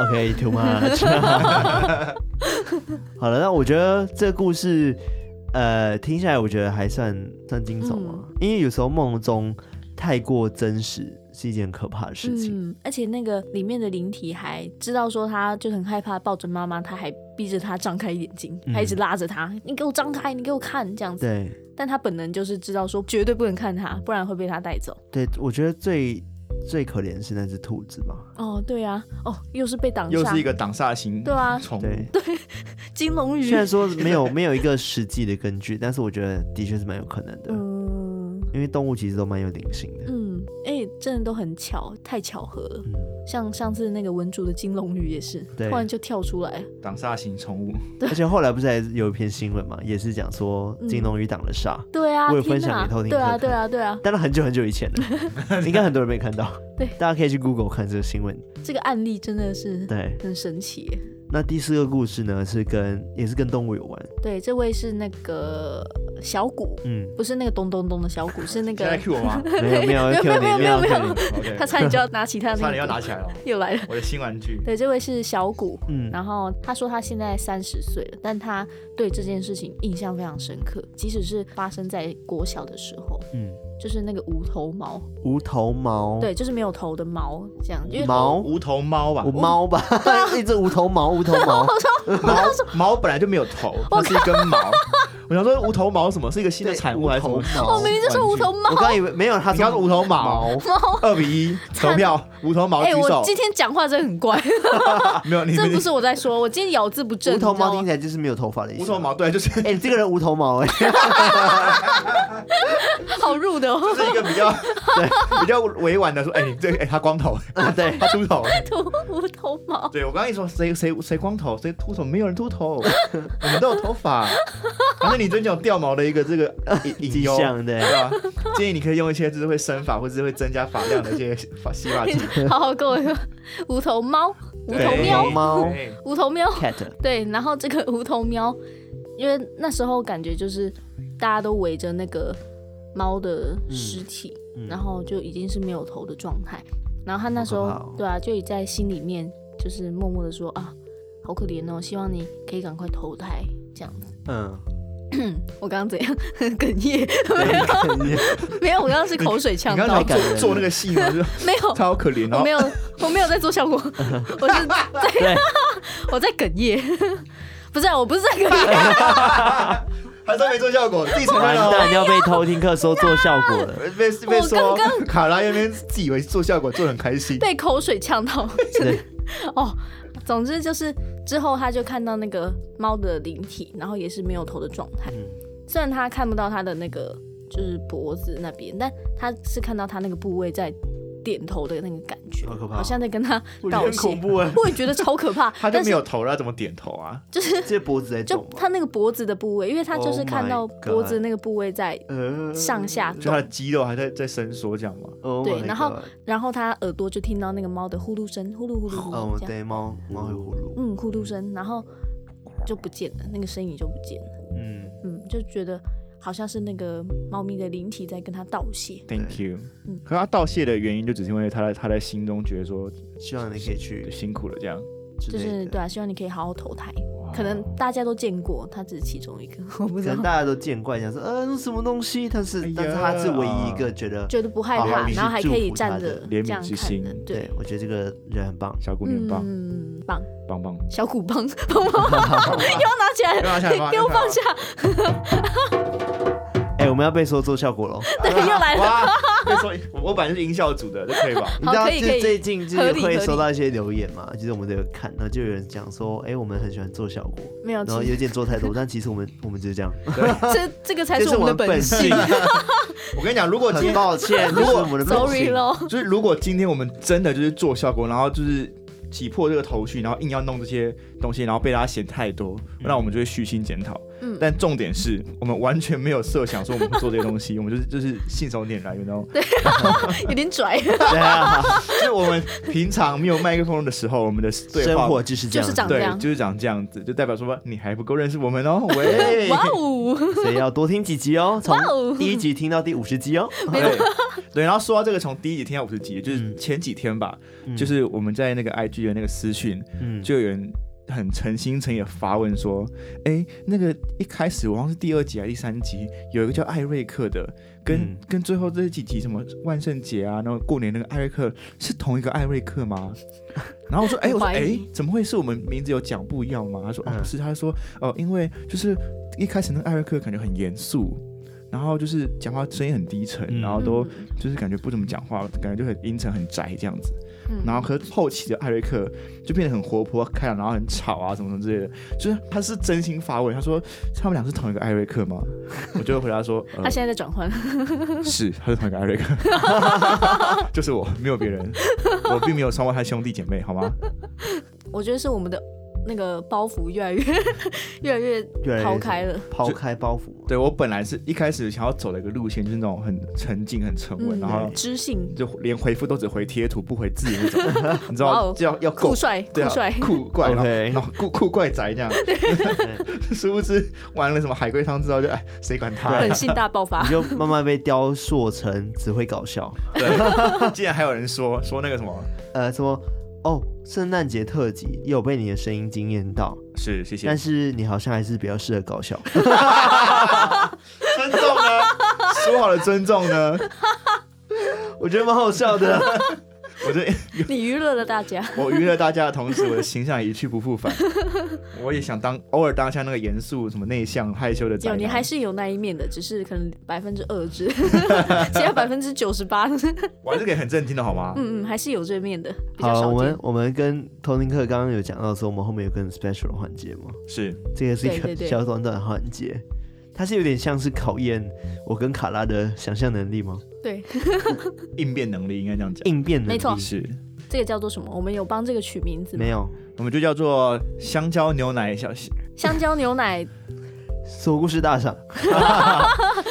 A: OK，too、much 。好了，那我觉得这故事，呃，听下来我觉得还算算惊悚啊，
B: 嗯
A: 因为有时候梦中太过真实是一件可怕的事情。
B: 嗯，而且那个里面的灵体还知道说他就很害怕，抱着妈妈，他还逼着他张开眼睛，
A: 嗯
B: 还一直拉着他，你给我张开，你给我看这样子。
A: 对
B: 但他本能就是知道说绝对不能看他，不然会被他带走。
A: 对，我觉得最最可怜是那只兔子吧。
B: 哦，对啊，哦，又是被挡
C: 又
B: 下
C: 是一，个挡煞型
B: 对啊
C: 宠
A: 对
C: 物，
B: 金龙鱼
A: 虽。然说没有没有一个实际的根据，但是我觉得的确是蛮有可能的，
B: 嗯
A: 因为动物其实都蛮有灵性的。
B: 嗯，哎、真的都很巧，太巧合了。
A: 嗯，
B: 像上次那个文竹的金龙鱼也是，
A: 对
B: 突然就跳出来，
C: 挡煞型宠物，
A: 而且后来不是还有一篇新闻嘛，也是讲说
B: 嗯
A: 金龙鱼挡了煞。
B: 对啊，
A: 我有
B: 天哪，
A: 分享给偷听
B: 对
A: 客
B: 啊，
A: 看
B: 对啊，对啊，
A: 但是很久很久以前 了，应该很多人没看到。
B: 对
A: 大家可以去 Google 看这个新闻。
B: 这个案例真的是
A: 对，
B: 很神奇耶。
A: 那第四个故事呢，是跟也是跟动物有关。
B: 对，这位是那个小谷，
A: 嗯，
B: 不是那个咚咚咚的小谷，是那
C: 现在
B: 个
C: Q 我 吗
A: 没有没有 Q 你，
B: 没有
A: 有
B: 没有
A: Q 你。
C: ？OK，
B: 他差点就要拿起他的那
C: 差
B: 个
C: 点要拿
B: 梗，
C: 起来了，
B: 又来了。
C: 我的新玩具。
B: 对，这位是小谷，
A: 嗯，
B: 然后他说他现在三十岁了，但他对这件事情印象非常深刻，即使是发生在国小的时候，
A: 嗯，
B: 就是那个无头猫，
A: 无头猫，
B: 对，就是没有头的猫这样，因为啊
A: 毛，
C: 无头哦猫吧
A: 我，猫吧， 一只无头毛， 无头毛。
C: 毛毛本来就没有头，它是一根毛。我想说无头毛是什么是一个新的
A: 对
C: 产
A: 无
C: 物还是什
A: 头
C: 么玩具？
A: 毛我
B: 哦明明就是无头猫
A: 我。刚以为没有，他
C: 你刚
A: 说
C: 刚无头毛，二比一投票，无头毛
B: 哎、
C: 哦举
B: 我
C: 手，啊
B: 今天讲话真的很怪，
C: 没 有你
B: 这
C: 们
B: 不是我在说，我今天咬字不正，
A: 无头
B: 你知道
A: 猫听
B: 吗
A: 起来就是没有头发的意思。
C: 无头，毛，对，就是
A: 哎，你这个人无头 毛哎，
B: 好入的、哦，
C: 就是一个比较比较委婉的说，哎，你这哎他光头，
A: 啊对
C: 他秃头。
B: 头无头猫，
C: 对我刚刚一说谁谁谁光头谁秃头，没有人秃头， 我们都有头发。反正你最近有掉毛的一个 这个隐
A: 迹
C: 隐忧，
A: 象对
C: 对吧？建议你可以用一些就是会生发或者是会增加发量的一些发洗发剂。
B: 好好跟我说，无 头猫， 无头
C: 对
B: 喵
A: 无头，猫
C: 对
B: 无头喵，
A: cat，
B: 对，然后这个无头喵，因为那时候感觉就是大家都围着那个猫的尸体，
A: 嗯
B: 然后就已经是没有头的状态。然后他那时候，
A: 好可怕哦
B: 对啊，就已在心里面就是默默的说啊，好可怜哦，希望你可以赶快投胎这样子。
A: 嗯，
B: 我刚刚怎样 哽咽？
A: 对
B: 没有，我刚刚是口水呛
C: 你刚才
B: 到
A: 太，感人
C: 做
A: 了
C: 做那个戏嘛，就是，
B: 没有
C: 他好可怜，然
B: 我
C: 后
B: 没有，我没有在做效果，我是在，
A: 对
B: 我在哽咽，不是啊、我不是在哽咽，
C: 还真没做效果，自己承
A: 完
C: 认了哦。
B: 啊
A: 蛋，要被偷听课说做效果 了。
C: 被被被
B: 我
C: 说
B: 刚
C: 卡拉那边自以为做效果做的很开心，
B: 被口水呛到。
A: 对，
B: 哦，总之就是之后他就看到那个猫的灵体，然后也是没有头的状态。
A: 嗯
B: 虽然他看不到他的那个就是脖子那边，但他是看到他那个部位在点头的那个感觉，
A: 好可怕哦
B: 好像在 跟他
A: 我觉得
B: 道
A: 很
B: 谢
A: 恐。怖哎，
B: 我也觉得超 可怕，
C: 啊他就
B: 但
C: 没
B: 是
C: 有头了，他怎么点头啊？
B: 就是
A: 这脖子在
B: 就
A: 动吗？
B: 他那个脖子的部位，因为他就是
A: Oh
B: 看
A: my
B: 到
A: God
B: 脖子那个部位在
A: 呃
B: 上下
C: 就他
B: 动
C: 的，肌肉还在在伸缩这样吗？
A: Oh
B: 对
A: my
B: 然后
A: God
B: 然后他耳朵就听到那个猫的呼噜声，呼噜呼噜呼噜
A: 哦，
B: 这样，
A: 对，猫猫会呼噜，
B: 嗯，呼噜声，然后就不见了，那个身影就不见了。
A: 嗯，
B: 嗯，就觉得好像是那个猫咪的灵体在跟他道谢。
C: Thank you
B: 嗯。
C: 可他道谢的原因，就只是因为他在他在心中觉得说
A: 希望你可以去
C: 辛苦了这样。
A: 之
B: 就是
A: 类
B: 对
A: 的。
B: 啊，希望你可以好好投胎。
C: 哇
B: 可能大家都见过，他只是其中一个，我不
A: 可
B: 知道
A: 能。大家都见怪，想说，嗯，什么东西？但
C: 哎
A: 是，
C: 呀哦
A: 但是他是唯一一个觉得，
B: 觉得不害
A: 好
B: 怕，
A: 好你
B: 然后
A: 是
B: 还
A: 祝
B: 可以
A: 福
B: 站
A: 他
B: 着
A: 的
B: 这
C: 怜悯
B: 样
C: 之
B: 看
C: 心
B: 的，
A: 对
B: 对，
A: 我觉得这个人很棒。
C: 小姑娘棒
B: 嗯，棒，
C: 棒棒，
B: 小鼓棒，棒棒棒，又要拿起来
C: 又拿
B: 了
C: 起来，棒
B: 给我放下，
A: 哎，我们要被说做效果 喽。
B: 对，又来了，
C: 哇！被说我我本来就是音效组的，这可以吧？
A: 你知道，
B: 可以
A: 就
B: 可以
A: 是最近就
B: 合
A: 是
B: 理
A: 会
B: 合理
A: 收到一些留言嘛，其实我们都有看，然后就有人讲说，哎，我们很喜欢做效果，
B: 没有，
A: 然后
B: 其
A: 有
B: 实
A: 点做太多，但其实我们我们就是 这样，
B: 这这个才
A: 这
B: 是我们
A: 们
B: 的本
A: 性
B: 性。。
C: 我跟你讲，如果今
A: 很
C: 天
A: 抱 歉，这是我们的本
B: Sorry
A: 性。
B: 咯，
C: 就是如果今天我们真的就是做效果，然后就是
A: 嗯
C: 挤破这个头绪，然后硬要弄这些东西，然后被大家嫌太多，那我们就会虚心检讨。
B: 嗯
C: 但重点是我们完全没有设想说我们会做这些 东西，我们就是就是信手拈来，你知道吗？
B: 有点拽，
C: 对啊， 就我们平常没有麦克风的时候，我们的对
A: 生
C: 话
A: 活就是这
B: 就
A: 样
B: 是
A: 子，
B: 长这
C: 对
B: 样。
C: 就是长这样子，就代表说你还不够认识我们 哦。
A: 哎
C: 喂，
B: 哇哦，
A: 所以要多听几集 哦，从
B: 哇哦
A: 第一集听到第五十集哦。
C: 对对，然后说到这个，从第一集听到五十集，就是
A: 嗯
C: 前几天吧，
A: 嗯
C: 就是我们在那个 IG 的那个私讯，
A: 嗯，
C: 就有人很诚心诚意的发问说：“哎、那个一开始我好像是第二集还是第三集，有一个叫艾瑞克的，跟、
A: 嗯
C: 跟最后这几集什么万圣节啊，然后过年那个艾瑞克是同一个艾瑞克 吗？”然后我说：“哎、我说
B: 怀
C: 哎、
B: 疑
C: 怎么会是我们名字有讲不一样吗？”他说：“哦，
A: 嗯
C: 不是。”他说：“哦、因为就是一开始那个艾瑞克感觉很严肃。”然后就是讲话声音很低沉，
A: 嗯
C: 然后都就是感觉不怎么讲话，感觉就很阴沉、很宅这样子。
B: 嗯
C: 然后可是后期的艾瑞克就变得很活泼、开朗，然后很吵啊，什么什么之类的。就是他是真心发问，他说他们俩是同一个艾瑞克吗？ 我就会回答说，
B: 他
C: 呃，
B: 现在在转换，
C: 是，他是同一个艾瑞克， 就是我，没有别人，我并没有伤害他兄弟姐妹，好吗？
B: 我觉得是我们的那个包袱越来越越来越
A: 越来越
B: 抛开了，
A: 抛开包袱，
C: 对我本来是一开始想要走的一个路线，就是那种很沉静、很沉稳，
B: 嗯，
C: 然后
B: 知性，
C: 就连回复都只回贴图不回字那种，你知
B: 哇
C: 道，
B: 哦
C: 就要要够
B: 酷帅，
C: 对
B: 酷
C: 啊
B: 帅，
C: 酷怪，然后
A: OK
C: 然后酷酷怪宅这样，殊不知玩了什么海龟汤之后就哎，谁管他啊？
B: 本性大爆
A: 你
B: 发，
A: 就慢慢被雕塑成只会搞笑。
C: 对， 竟然还有人说说那个什么，
A: 呃，什么哦，圣诞节特辑也有被你的声音惊艳到，
C: 是谢谢
A: 但，是你好像还是比较适合 搞笑。
C: 尊重呢？说好了尊重呢？
A: 我觉得蛮好笑的。
C: 我这
B: 你娱乐了大家，
C: 我娱乐大家的同时，我的形象也一去不复返。我也想当偶尔当一下那个严肃、什么内向、害羞的宅
B: 有
C: 男。
B: 你还是有那一面的，只是可能百分之二 之，其他百分之九十八，嗯
C: 我还是可以很震惊的好吗？
B: 嗯嗯，还是有这面的，比较
A: 好，
B: 少
A: 我
B: 见
A: 们。我们跟偷听课刚刚有讲到说，我们后面有个很 special 的环节嘛，
C: 是
A: 这个是一
B: 对对
A: 个
B: 对
A: 小短短的环节，它是有点像是考验我跟卡拉的想象能力吗？
B: 对，
C: 应变能力应该这样讲。
A: 应变能力
B: 没错
C: 是，
B: 这个叫做什么？我们有帮这个取名字吗？
A: 没有
C: 我们就叫做香蕉牛奶小
B: 香蕉牛 奶，
A: 说故事大赏，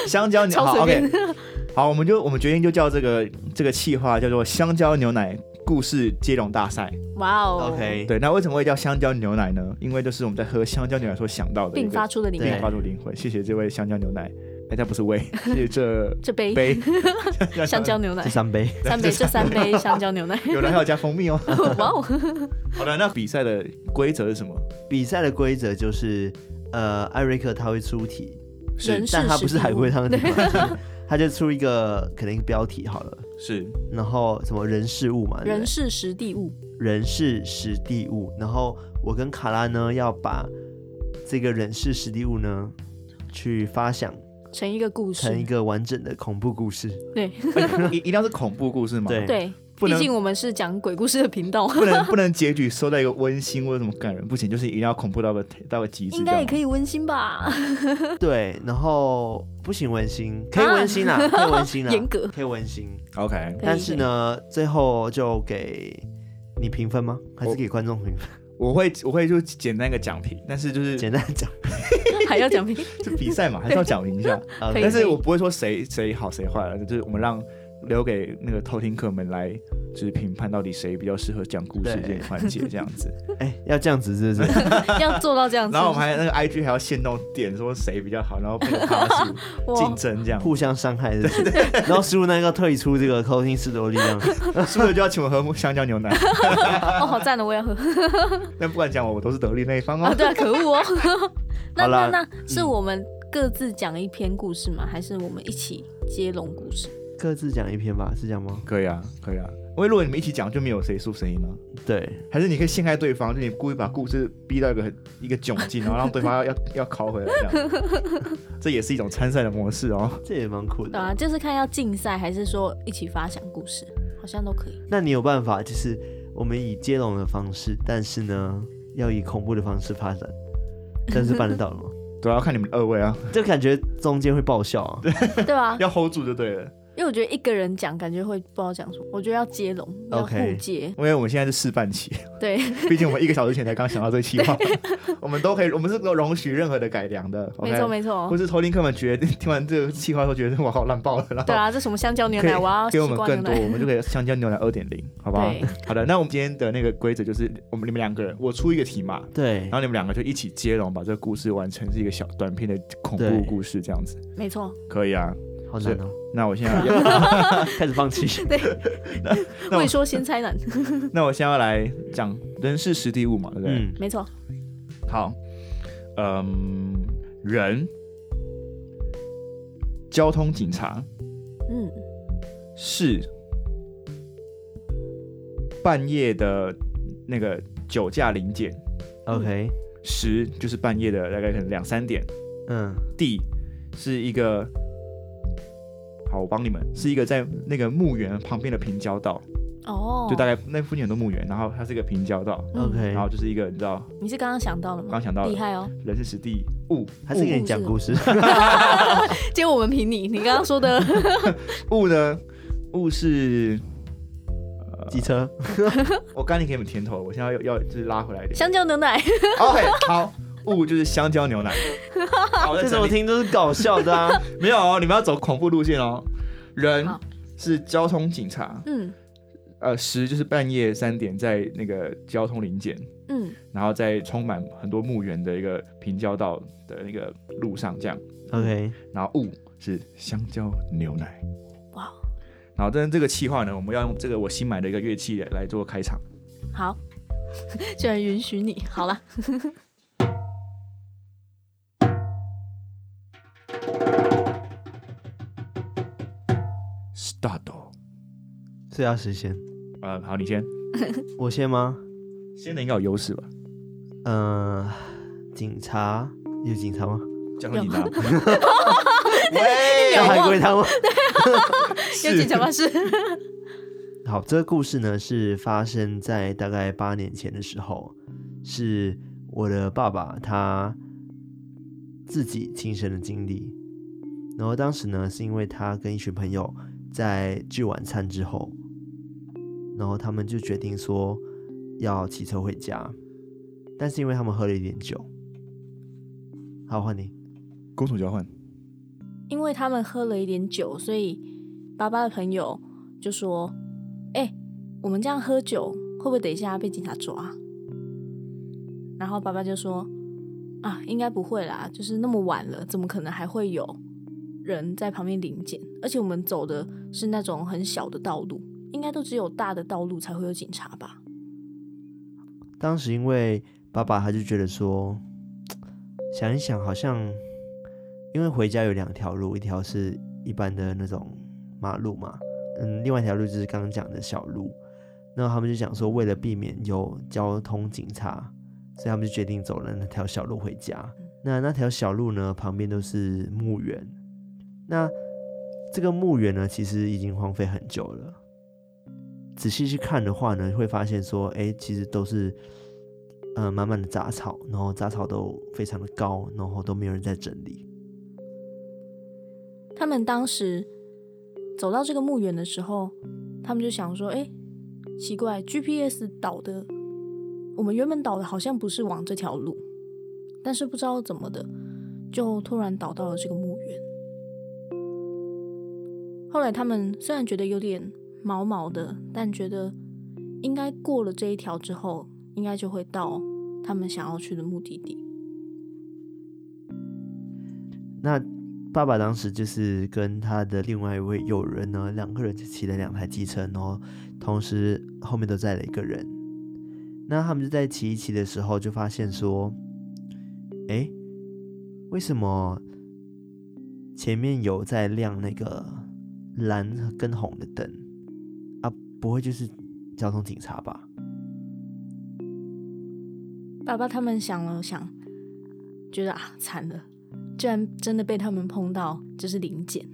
C: 香蕉牛
B: 超
C: 好
B: 随便
C: OK，好， 我们就我们决定就叫这个这个企划叫做香蕉牛奶故事接龙大赛。
B: 哇哦
A: OK
C: 对，那为什么会叫香蕉牛奶呢？因为就是我们在喝香蕉牛奶所想到的一
B: 并
C: 个
B: 发出的灵
A: 对
C: 并
B: 感，
C: 发出灵魂。谢谢这位香蕉牛奶，哎，它不是喂， 是这
B: 这 杯
C: 杯
B: 香蕉 牛奶
A: 这，三杯，
B: 三杯这三杯香蕉牛奶，
C: 有人还有加蜂蜜哦。
B: 哇哦，
C: 好的，那比赛的规则是什么？
A: 比赛的规则就是，呃，艾瑞克他会出题，
B: 人事
A: 但他不
B: 实
A: 是海龟
B: 物
A: 汤的题目， 他就出一个可能一个标题好了，
C: 是
A: 然后什么人事物嘛，对不对
B: 人事实地物，
A: 人事实地物，然后我跟卡拉呢要把这个人事实地物呢去发想
B: 成一个故事
A: 成，一个完整的恐怖故事，
B: 对
C: 哎一一定要是恐怖故事吗？
A: 对
B: 对，
C: 不
B: 毕
C: 能
B: 竟我们是讲鬼故事的 频道，
C: 不能不能结局收到一个温馨或者什么感人，不行，就是一定要恐怖到个到个极致。
B: 应该也可
C: 以。
B: 以温馨吧？
A: 对，然后不行温馨，可以温馨啦，可以温馨啦，
B: 啊 严格
A: 可以温馨，
C: OK，
B: 可以
A: 但是呢，最后就给你评分吗？还是给观众评分？
C: 我会我会就简单一个讲评，但是就是
A: 简单讲，
B: 还要讲评，
C: 就比赛嘛，还是要讲评一下。
A: 好
B: 可以
C: 但是我不会说谁谁好谁坏了，就是我们让留给那个偷听客们来，就是评判到底谁比较适合讲故事
A: 对
C: 这个环节这样 子。
A: 哎，要这样子是 不是？
B: 要做到 这样子，
C: 然后我们还那个 IG 还要限动点说谁比较好，然后配合 他数竞
B: 哇，
C: 争这样，
A: 互相伤害是不是？然后输那个退出这个偷听士多力量，
C: 输了就要请我喝香蕉牛奶。
B: 哦，好赞的，我也要 喝
C: 但不管讲我，我都是得力那一方
B: 啊，
C: 哦。
B: 对啊，可恶哦。 那
A: 好
B: 那
A: 啦嗯
B: 那是我们各自讲一篇故事吗？还是我们一起接龙故事？
A: 各自讲一篇吧，是这样吗？
C: 可以啊，可以啊。因为如果你们一起讲，就没有谁输谁赢了。
A: 对，
C: 还是你可以陷害对方，就你故意把故事逼到一个很一个窘境，然后让对方要要要拷回来这样。 这也是一种参赛的模式哦。
A: 这也蛮酷的。
B: 对啊，就是看要竞赛还是说一起发想故事，好像都可以。
A: 那你有办法，就是我们以接龙的方式，但是呢，要以恐怖的方式发 展，但是办得到了吗？
C: 对啊，要看你们二位啊，
A: 就感觉中间会爆笑啊。
B: 对啊，
C: 要 hold 住就对了。
B: 因为我觉得一个人讲感觉会不知道讲什么，我觉得要接龙，要互
A: OK
B: 接
C: 因为我们现在是示范期，
B: 对，
C: 毕竟我们一个小时前才刚想到这个计划， 我们都可以，我们是容许任何的改良的。
B: 没错没
C: 错
B: 错
C: 或，是头林客们觉得听完这个计划后觉得哇好烂爆了，然后
B: 对啊，这什么香蕉牛
C: 可以
B: 奶，我要
C: 给我
B: 西
C: 们
B: 瓜牛
C: 更多，
B: 奶，
C: 我们就可以香蕉牛奶二点零，好不好
B: 对？
C: 好的，那我们今天的那个规则就是，我们你们两个人，我出一个题嘛，
A: 对
C: 然，后你们两个就一起接龙，把这个故事完成是一个小短片的恐怖
A: 对
C: 故事，这样子
B: 没错，
C: 可以啊。
A: 好难哦，
C: 那我现在 要，
A: 开始放弃。
C: 那我
B: 未说先猜难，
C: 那我现在要来讲人是实地物嘛，对不对？
A: 嗯，
B: 没错，
C: 好，嗯，人、交通警察
B: 嗯，
C: 是半夜的那个酒驾临检，
A: OK，
C: 时就是半夜的大概可能两三点，
A: 嗯，
C: 地是一个。好，我帮你们，是一个在那个墓园旁边的平交道，
B: 哦，
C: 就大概那附近很多墓园，然后它是一个平交道，
B: 嗯
A: OK
C: 然后就是一个你知道，
B: 你是刚刚想到了吗？
C: 刚想到了
B: 厉害哦！
C: 人是实地物，
A: 还是给你讲故事。
B: 结果我们凭你，你刚刚说的
C: 物呢，物是
A: 机车，
C: 我刚才给你们甜头，我现在要要就是拉回来一点。
B: 香蕉牛奶，
C: OK，好，物就是香蕉牛奶。 好，我
A: 这
C: 再
A: 怎
C: 整
A: 么
C: 理。
A: 听都是搞笑的 啊。
C: 没有哦，你们要走恐怖路线哦。人
B: 好
C: 是交通警察，
B: 嗯
C: 呃，时就是半夜三点在那个交通临检，
B: 嗯
C: 然后在充满很多墓园的一个平交道的那个路上这样。
A: OK，
C: 然后物是香蕉牛奶。
B: 哇！
C: 然后，但是这个气话呢，我们要用这个我新买的一个乐器来做开场。
B: 好， 居然允许你，好了，
C: Start。哦
A: 这要实现。
C: 呃，好，你先，
A: 我先吗？
C: 先的应该有优势吧？
A: 嗯、警察有警察吗？
C: 交通警 察。喂，
A: 叫海龟汤吗？
B: 有警察吗？是，
A: 好，这个故事呢是发生在大概八年前的时候，是我的爸爸他自己亲身的经历。然后当时呢，是因为他跟一群朋友在聚晚餐之后，然后他们就决定说要骑车回家，但是因为他们喝了一点酒，好换你，
C: 公主交换。
B: 因为他们喝了一点酒，所以爸爸的朋友就说：“哎、我们这样喝酒会不会等一下被警察抓？”然后爸爸就说：“啊，应该不会啦，就是那么晚了，怎么可能还会有人在旁边临检？而且我们走的是那种很小的道路，应该都只有大的道路才会有警察吧？
A: 当时因为爸爸他就觉得说，想一想好像，因为回家有两条路，一条是一般的那种马路嘛，嗯，另外一条路就是刚刚讲的小路。那他们就想说，为了避免有交通警察，所以他们就决定走了那条小路回家。那那条小路呢，旁边都是墓园。那这个墓园呢，其实已经荒废很久了。仔细去看的话呢，会发现说，哎、其实都是呃满满的杂草，然后杂草都非常的高，然后都没有人在整理。
B: 他们当时走到这个墓园的时候，他们就想说：“哎、奇怪，GPS 导的，我们原本导的好像不是往这条路，但是不知道怎么的，就突然导到了这个墓园。”后来他们虽然觉得有点毛毛的，但觉得应该过了这一条之后，应该就会到他们想要去的目的地。
A: 那爸爸当时就是跟他的另外一位友人呢，两个人就骑了两台机车，然后同时后面都载了一个人。那他们就在骑一骑的时候，就发现说，哎、为什么前面有在亮那个蓝跟红的灯啊？不会就是交通警察吧？
B: 爸爸他们想了想，觉得啊惨了，居然真的被他们碰到，就是临检。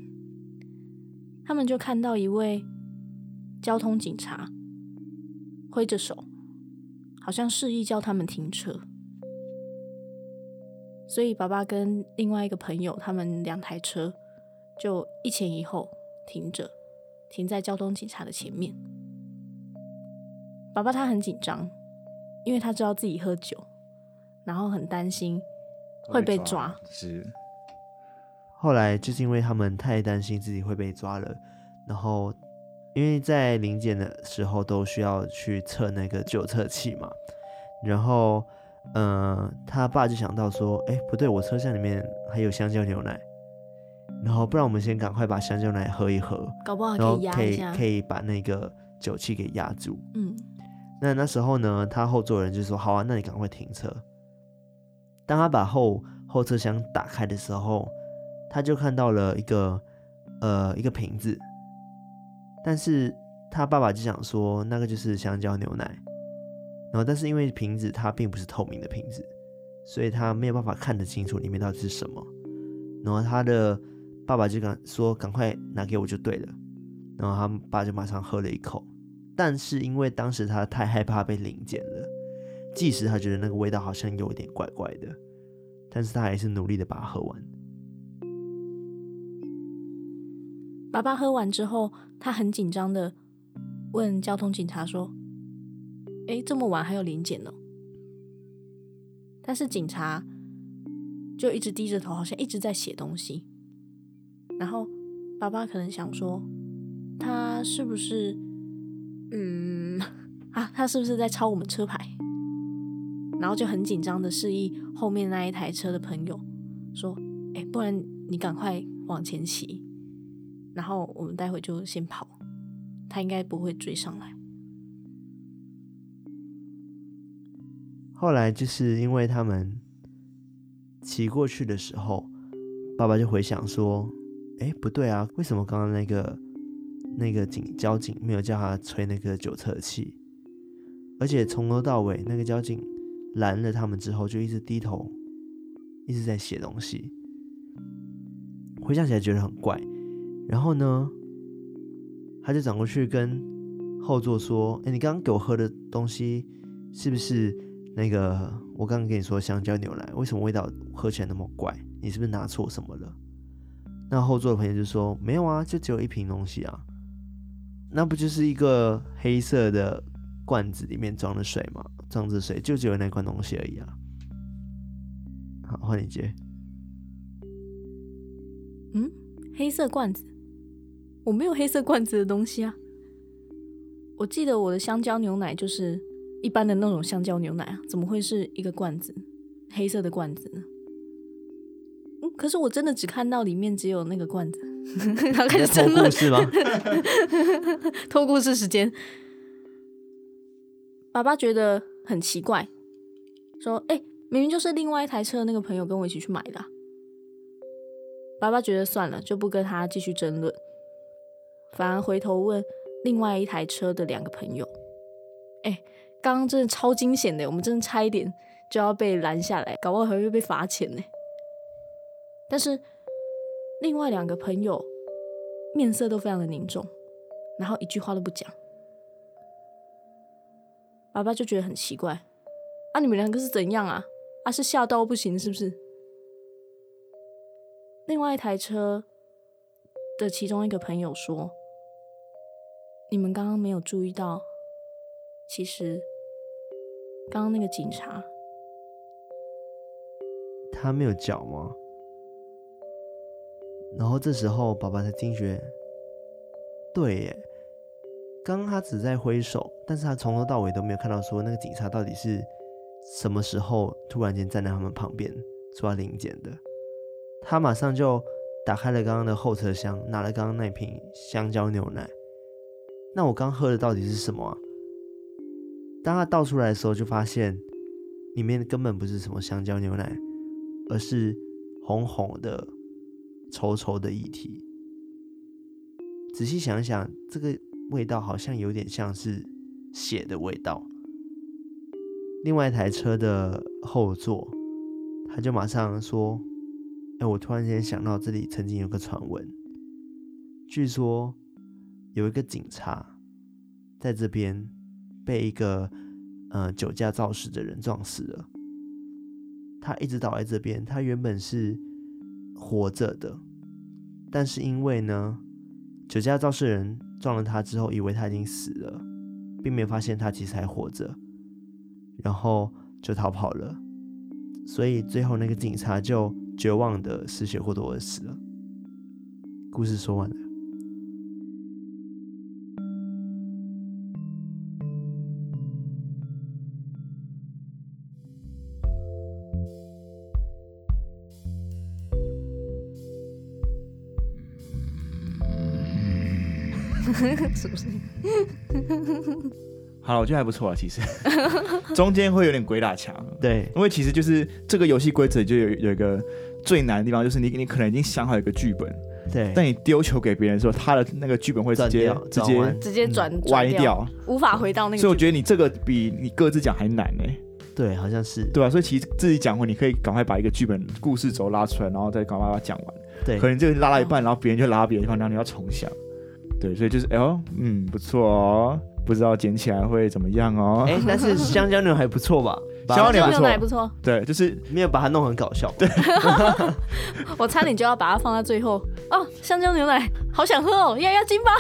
B: 他们就看到一位交通警察挥着手，好像示意叫他们停车。所以爸爸跟另外一个朋友，他们两台车就一前一后停着，停在交通警察的前面。爸爸他很紧张，因为他知道自己喝酒，然后很担心会被抓。
C: 是，
A: 后来就是因为他们太担心自己会被抓了，然后因为在临检的时候都需要去测那个酒测器嘛，然后嗯、呃他爸就想到说，哎，不对，我车厢里面还有香蕉牛奶，然后不然我们先赶快把香蕉奶喝一喝，
B: 搞不好
A: 然
B: 哦可
A: 后
B: 以压
A: 可以
B: 一下。
A: 可以把那个酒气给压住。
B: 嗯，
A: 那那时候呢，他后座的人就说：“好啊，那你赶快停车。”当他把后后车厢打开的时候，他就看到了一个呃一个瓶子，但是他爸爸就想说那个就是香蕉牛奶，然后但是因为瓶子它并不是透明的瓶子，所以他没有办法看得清楚里面到底是什么。然后他的爸爸就赶说：“赶快拿给我就对了。”然后他爸就马上喝了一口，但是因为当时他太害怕被领检了，即使他觉得那个味道好像有点怪怪的，但是他还是努力的把它喝完。
B: 爸爸喝完之后，他很紧张的问交通警察说：“诶，这么晚还有临检呢？”但是警察就一直低着头，好像一直在写东西。然后爸爸可能想说，他是不是，嗯，啊，他是不是在抄我们车牌？然后就很紧张的示意后面那一台车的朋友说：“诶，不然你赶快往前骑。”然后我们待会就先跑，他应该不会追上来。
A: 后来就是因为他们骑过去的时候，爸爸就回想说：“哎，不对啊，为什么刚刚那个那个警交警没有叫他吹那个酒测器？而且从头到尾，那个交警拦了他们之后，就一直低头，一直在写东西。回想起来觉得很怪。然后呢，他就转过去跟后座说：‘哎，你刚刚给我喝的东西是不是？’那个，我刚刚跟你说香蕉牛奶，为什么味道喝起来那么怪？你是不是拿错什么了？那后座的朋友就说没有啊，就只有一瓶东西啊，那不就是一个黑色的罐子里面装的水吗？装着水就只有那罐东西而已啊。好，换你接。
B: 嗯，黑色罐子，我没有黑色罐子的东西啊。我记得我的香蕉牛奶就是一般的那种香蕉牛奶啊，怎么会是一个罐子，黑色的罐子呢？嗯，可是我真的只看到里面只有那个罐子， 然后开
A: 你
B: 始
A: 在偷
B: 争
A: 故
B: 论，
A: 事吗？
B: 偷故事时间。爸爸觉得很奇怪，说：“哎、明明就是另外一台车的那个朋友跟我一起去买的啊、爸爸觉得算了，就不跟他继续争论，反而回头问另外一台车的两个朋友：“哎、刚刚真的超惊险的，我们真的差一点就要被拦下来，搞不好还会被罚钱呢。”但是另外两个朋友面色都非常的凝重，然后一句话都不讲。爸爸就觉得很奇怪，啊，你们两个是怎样啊？啊，是吓到不行是不是？另外一台车的其中一个朋友说：“你们刚刚没有注意到，其实刚刚那个警察
A: 他没有脚吗？然后这时候爸爸才惊觉，对耶，刚刚他只在挥手，但是他从头到尾都没有看到说那个警察到底是什么时候突然间站在他们旁边说要领检的。他马上就打开了刚刚的后车厢，拿了刚刚那瓶香蕉牛奶。那我刚喝的到底是什么啊？当他倒出来的时候，就发现里面根本不是什么香蕉牛奶，而是红红的、稠稠的液体。仔细想一想，这个味道好像有点像是血的味道。另外一台车的后座，他就马上说：“哎、我突然间想到这里曾经有个传闻，据说有一个警察在这边被一个呃酒驾肇事的人撞死了。”他一直倒在这边，他原本是活着的，但是因为呢，酒驾肇事人撞了他之后，以为他已经死了，并没发现他其实还活着，然后就逃跑了。所以最后那个警察就绝望的失血过多而死了。故事说完了。
B: 是不是？
C: 好了，我觉得还不错啊，其实中间会有点鬼打墙，
A: 对
C: 因为其实就是这个游戏规则就有有一个最难的地方，就是你你可能已经想好一个剧本，
A: 对，
C: 但你丢球给别人的时候，他的那个剧本会直
A: 转
C: 接
A: 掉
C: 直
A: 转
C: 接
A: 弯
B: 直接转
C: 嗯歪
B: 转，
C: 掉，
B: 无法回到那个。
C: 所以我觉得你这个比你各自讲还难呢、
A: 对，好像是
C: 对吧、所以其实自己讲会，你可以赶快把一个剧本故事轴拉出来，然后再赶快把它讲完。
A: 对
C: 可能就拉到一半，
B: 哦
C: 然后别人就拉到别的地方，然后你要重想。对，所以就是，哎呦，嗯，不错哦，不知道捡起来会怎么样哦。
A: 哎，但是香蕉牛还不错吧？把
C: 香蕉牛
B: 这
C: 不
B: 个
C: 错
B: 还不错，
C: 对，就是
A: 没有把它弄很搞笑。对，
B: 我差点就要把它放在最后。哦，香蕉牛奶，好想喝哦，压压惊吧。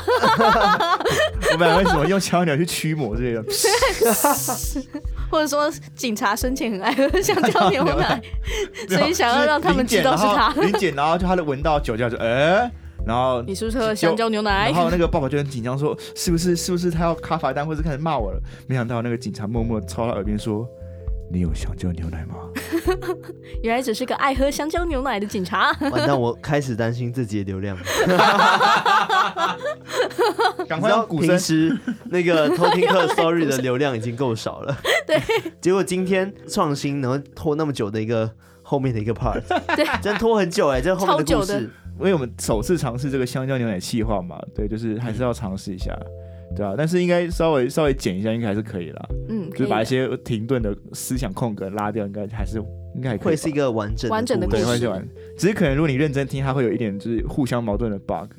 C: 我们俩为什么用小鸟去驱魔之类的？
B: 或者说，警察生前很爱 喝香蕉牛 奶， 所以想要让他们知道是他
C: 零检，然后就他的闻到酒驾就，哎，然后
B: 你是不是喝了香蕉牛奶
C: 然？后那个爸爸就很紧张，说：“是不是？是不是他要卡罚单，或是开始骂我了？”没想到那个警察默默地凑到他耳边说：“你有香蕉牛奶吗
B: 原来只是个爱喝香蕉牛奶的警察。
A: 完蛋，我开始担心自己的流量。？”
C: 赶
A: 你
C: 快
A: 知道
C: 用鼓
A: 平
C: 声，
A: 时那个偷听课 sorry 的流量已经够少 了，对，结果今天创新能拖那么久的一个后面的一个 part，
B: 对，
A: 真拖很久哎、这后面
B: 超
A: 故
B: 久的
A: 事，
C: 因为我们首次尝试这个香蕉牛奶气化嘛，对，就是还是要尝试一下，对啊，但是应该稍微稍微剪一下，应该还是可以啦，
B: 嗯，
C: 就
B: 可
C: 是
B: 以
C: 把一
B: 的。
C: 些停顿的思想空格拉掉，应该还是应该还可以吧。
A: 会是一个完整
B: 完整的
A: 故
B: 故
C: 对，
B: 事
C: 会去玩。只是可能如果你认真听，它会有一点就是互相矛盾的 bug。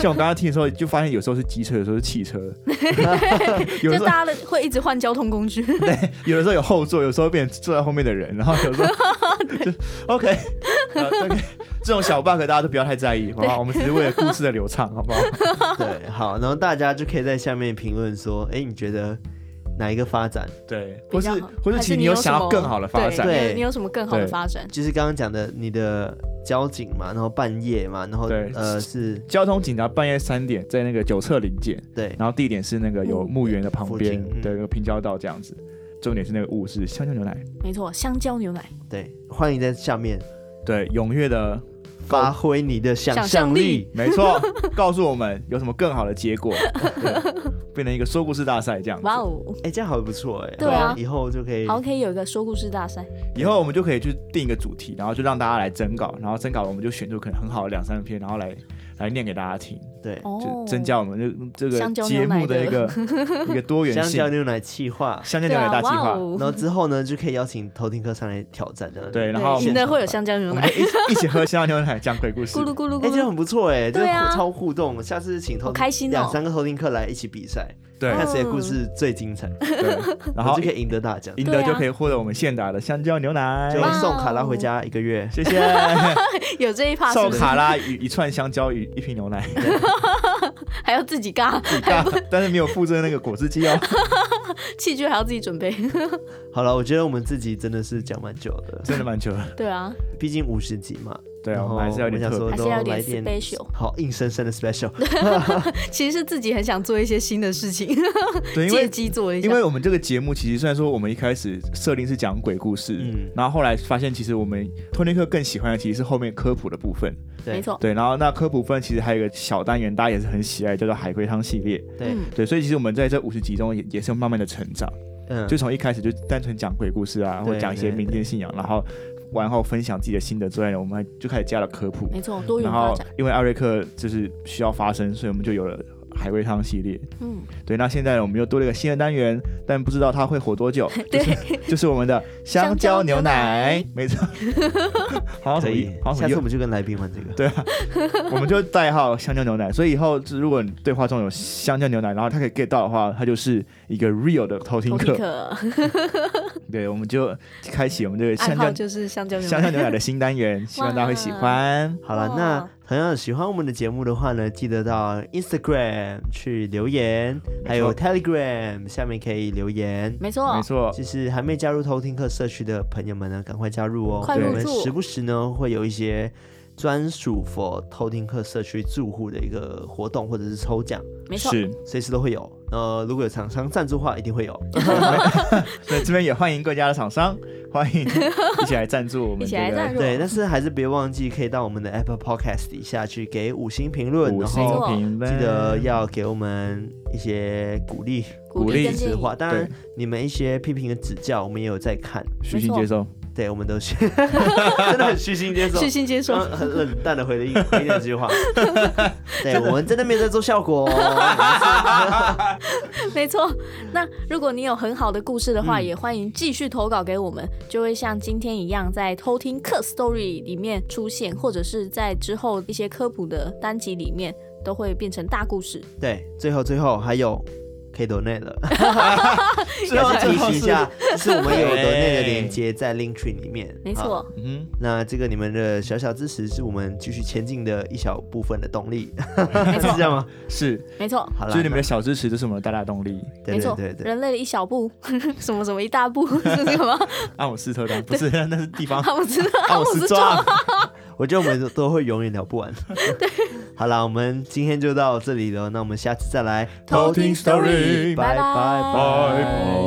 C: 像我刚刚听的时候，就发现有时候是机车，有时候是 汽车，有的
B: 就
C: 时候
B: 大家的会一直换交通工具，
C: 有的时候有后座，有时候变成坐在后面的人，然后有时候 就 OK，呃这个这种小 bug 大家都不要太在意，好不好？我们只是为了故事的流畅，好不好？
A: 对，好，然后大家就可以在下面评论说，哎、你觉得哪一个发展？
C: 对，
B: 比
C: 或是
B: 较好
C: 或是
B: 还
C: 其实
B: 你
C: 你
B: 有
C: 有想
B: 什
C: 要
B: 么
C: 更好的 发
B: 对
C: 展，
B: 你有
A: 对
B: 你有什么更好的
C: 对
B: 发展？
A: 就是刚刚讲的你的交警嘛，然后半夜嘛，然后
C: 对
A: 呃是
C: 交通警察半夜三点在那个九侧临检，
A: 对
C: 然后地点是那个有墓园的旁
A: 附
C: 边
A: 近嗯
C: 的一个平交道这样子。重点是那个雾是香蕉牛奶，
B: 没错，香蕉牛奶。
A: 对，欢迎在下面
C: 对，踊跃的
A: 发挥你的想
B: 想象
A: 象
B: 力
A: 力。
C: 没错， 告诉我们有什么更好的结果，对变成一个说故事大赛这样子。
B: 哇哦，
A: 哎、这样好像不错哎、
B: 对啊
A: 以后就可以
B: 好，可以有一个说故事大赛。
C: 以后我们就可以去定一个主题，然后就让大家来征稿，然后征稿我们就选出可能很好的两三篇，然后来来念给大家听，
A: 对
B: 哦
C: 就，增加我们这这
B: 香
C: 个
B: 蕉
C: 节
B: 牛奶
C: 目的一个 一个多元
A: 香
C: 性
A: 蕉。牛奶气化，
C: 香蕉
B: 对
C: 牛奶
B: 啊，
C: 大计
B: 哇
C: 划，
A: 然后
B: 哦，
A: 之后呢就可以邀请偷听客上来挑战这样子。
C: 对，然后我哎
B: 对，赢
C: 们
B: 的会有香蕉牛
C: 我们
B: 奶，
C: 就一起一起喝香蕉牛奶讲鬼 故事
B: 咕。噜咕噜
A: 哎、
B: 咕
A: 这样
B: 噜。
A: 很不错哎、这
B: 对啊
A: 超互动。下次请偷
B: 好开心哦
A: 两三个偷听客来一起比赛，
C: 对
A: 看谁的故事最精彩，
C: 对， 然
A: 我
C: 后
A: 就可以赢得大奖，
C: 赢
B: 对
C: 得
B: 啊
C: 就可以获得我们现打的香蕉牛奶
A: 就。
B: 哇哦
A: 送卡拉回家一个月。
C: 谢谢，
B: 有这一趴是
C: 送
B: 不是？
C: 卡拉与一串香蕉与一瓶牛 奶。
B: 还要自己嘎，
C: 大，但是没有附赠那个果汁机 哦。
B: 器具还要自己准备。
A: 好了，我觉得我们自己真的是讲蛮久的，
C: 真的蛮久的。
B: 对啊，
A: 毕竟五十集嘛。
C: 对啊，
A: 然
C: 我
A: 后
C: 们还是要有点
A: 哦我想
C: 特
A: 说
B: 还是
C: 别。
B: 要有
A: 都来
B: 点
A: 点
B: special。
A: 好硬生生的 special，
B: 其实是自己很想做一些新的事情，
C: 对，因
B: 借
C: 为
B: 机做一下。
C: 因为我们这个节目其实虽然说我们一开始设定是讲鬼故事，
A: 嗯
C: 然后后来发现其实我们托尼克更喜欢的其实是后面科普的部分。
A: 对
B: 没错，
C: 对，然后那科普部分其实还有一个小单元，大家也是很喜爱，叫做海龟汤系列。
A: 对，
B: 嗯
C: 对，所以其实我们在这五十集中也也是慢慢的成长，
A: 嗯，
C: 就从一开始就单纯讲鬼故事啊，或
A: 对
C: 者讲一些
A: 对
C: 民间信仰，然后完后分享自己的心得之外呢，我们还就开始加了科普。
B: 没错，哎多元
C: 然
B: 发
C: 后
B: 展。
C: 因为艾瑞克就是需要发声，所以我们就有了海龟汤系列。
B: 嗯，
C: 对，那现在我们又多了一个新的单元，但不知道它会火 多久，
B: 对，
C: 就是我们的香蕉牛奶
B: 香，
C: 没错， 好像
A: 可
C: 什
A: 以
C: 么，好
A: 下次
C: 像什
A: 我
C: 么
A: 们就跟来宾玩这
B: 哦
A: 个。
C: 对啊，我们就代号香蕉牛奶，所以以后就是如果你对话中有香蕉牛奶，然后他可以 get 到的话，他就是一个 real 的偷听
B: 头皮
C: 客。
B: 可
C: 对，我们就开启我们这个
B: 爱
C: 香
B: 好
C: 蕉
B: 就是香蕉牛
C: 香蕉
B: 奶。
C: 牛奶的新单元，希望大家会喜欢。
A: 好了，
B: 哇
A: 那同样喜欢我们的节目的话呢，记得到 Instagram 去留言，还有
C: 没
A: Telegram 下面可以留言。
B: 没错，
C: 没错，
A: 就是还没加入偷听课社区的朋友们呢，赶快加入哦！
B: 快
C: 入
A: 我们
B: 住
A: 时不时呢会有一些专属 for 偷听课社区住户的一个活动或者是抽奖，
B: 没错，
C: 是。
A: 随时都会有。呃，如果有厂商赞助的话，一定会有。
C: 所以这边也欢迎各家的厂商，欢迎一起来赞助我们
B: 一起
C: 这
B: 来赞
C: 个
B: 助
A: 对，但是还是别忘记可以到我们的 Apple Podcast 底下去给五星评论，
C: 五
A: 然
C: 星
A: 后
C: 评论，
A: 记得要给我们一些鼓励、
B: 鼓
C: 励
B: 跟建
A: 实
B: 议，
A: 话。当然
C: 对，
A: 你们一些批评的指教，我们也有在看，
C: 虚心接受。
A: 对我们都 是 真的很虚心接受。
B: 虚心接受。
A: 嗯很冷淡的回了一回了这 句话。对，我们真的没有在做效果、哦。
B: 没错，那如果你有很好的故事的话，
A: 嗯
B: 也欢迎继续投稿给我们，就会像今天一样在偷听课 story 里面出现，或者是在之后一些科普的单集里面都会变成大故事。
A: 对，最后最后还有。可以 donate 了，
C: 最 后
A: 要提醒一下，就是我们有
C: 哎
A: donate 的连接在 link tree 里面。
B: 没
A: 好，
B: 错，
C: 嗯
A: 那这个你们的小小支持是我们继续前进的一小部分的动力，
B: 没
A: 是
B: 错
A: 这，样吗？
C: 是，
B: 没错，
A: 好了，
C: 就是你们的小支持，就是我们的大大动力。
A: 那对
B: 没错，
A: 对对对，
B: 人类的一小步， 什么什么一大步， 是这个吗？
C: 阿姆斯特丹不是，那是地方。
B: 他不知道，
C: 阿姆斯 壮，
A: 我觉得我们都都会永远聊不完。 好了，我们今天就到这里了，那我们下次再来
B: 偷听 story，
A: 拜拜
B: 拜拜
A: 拜。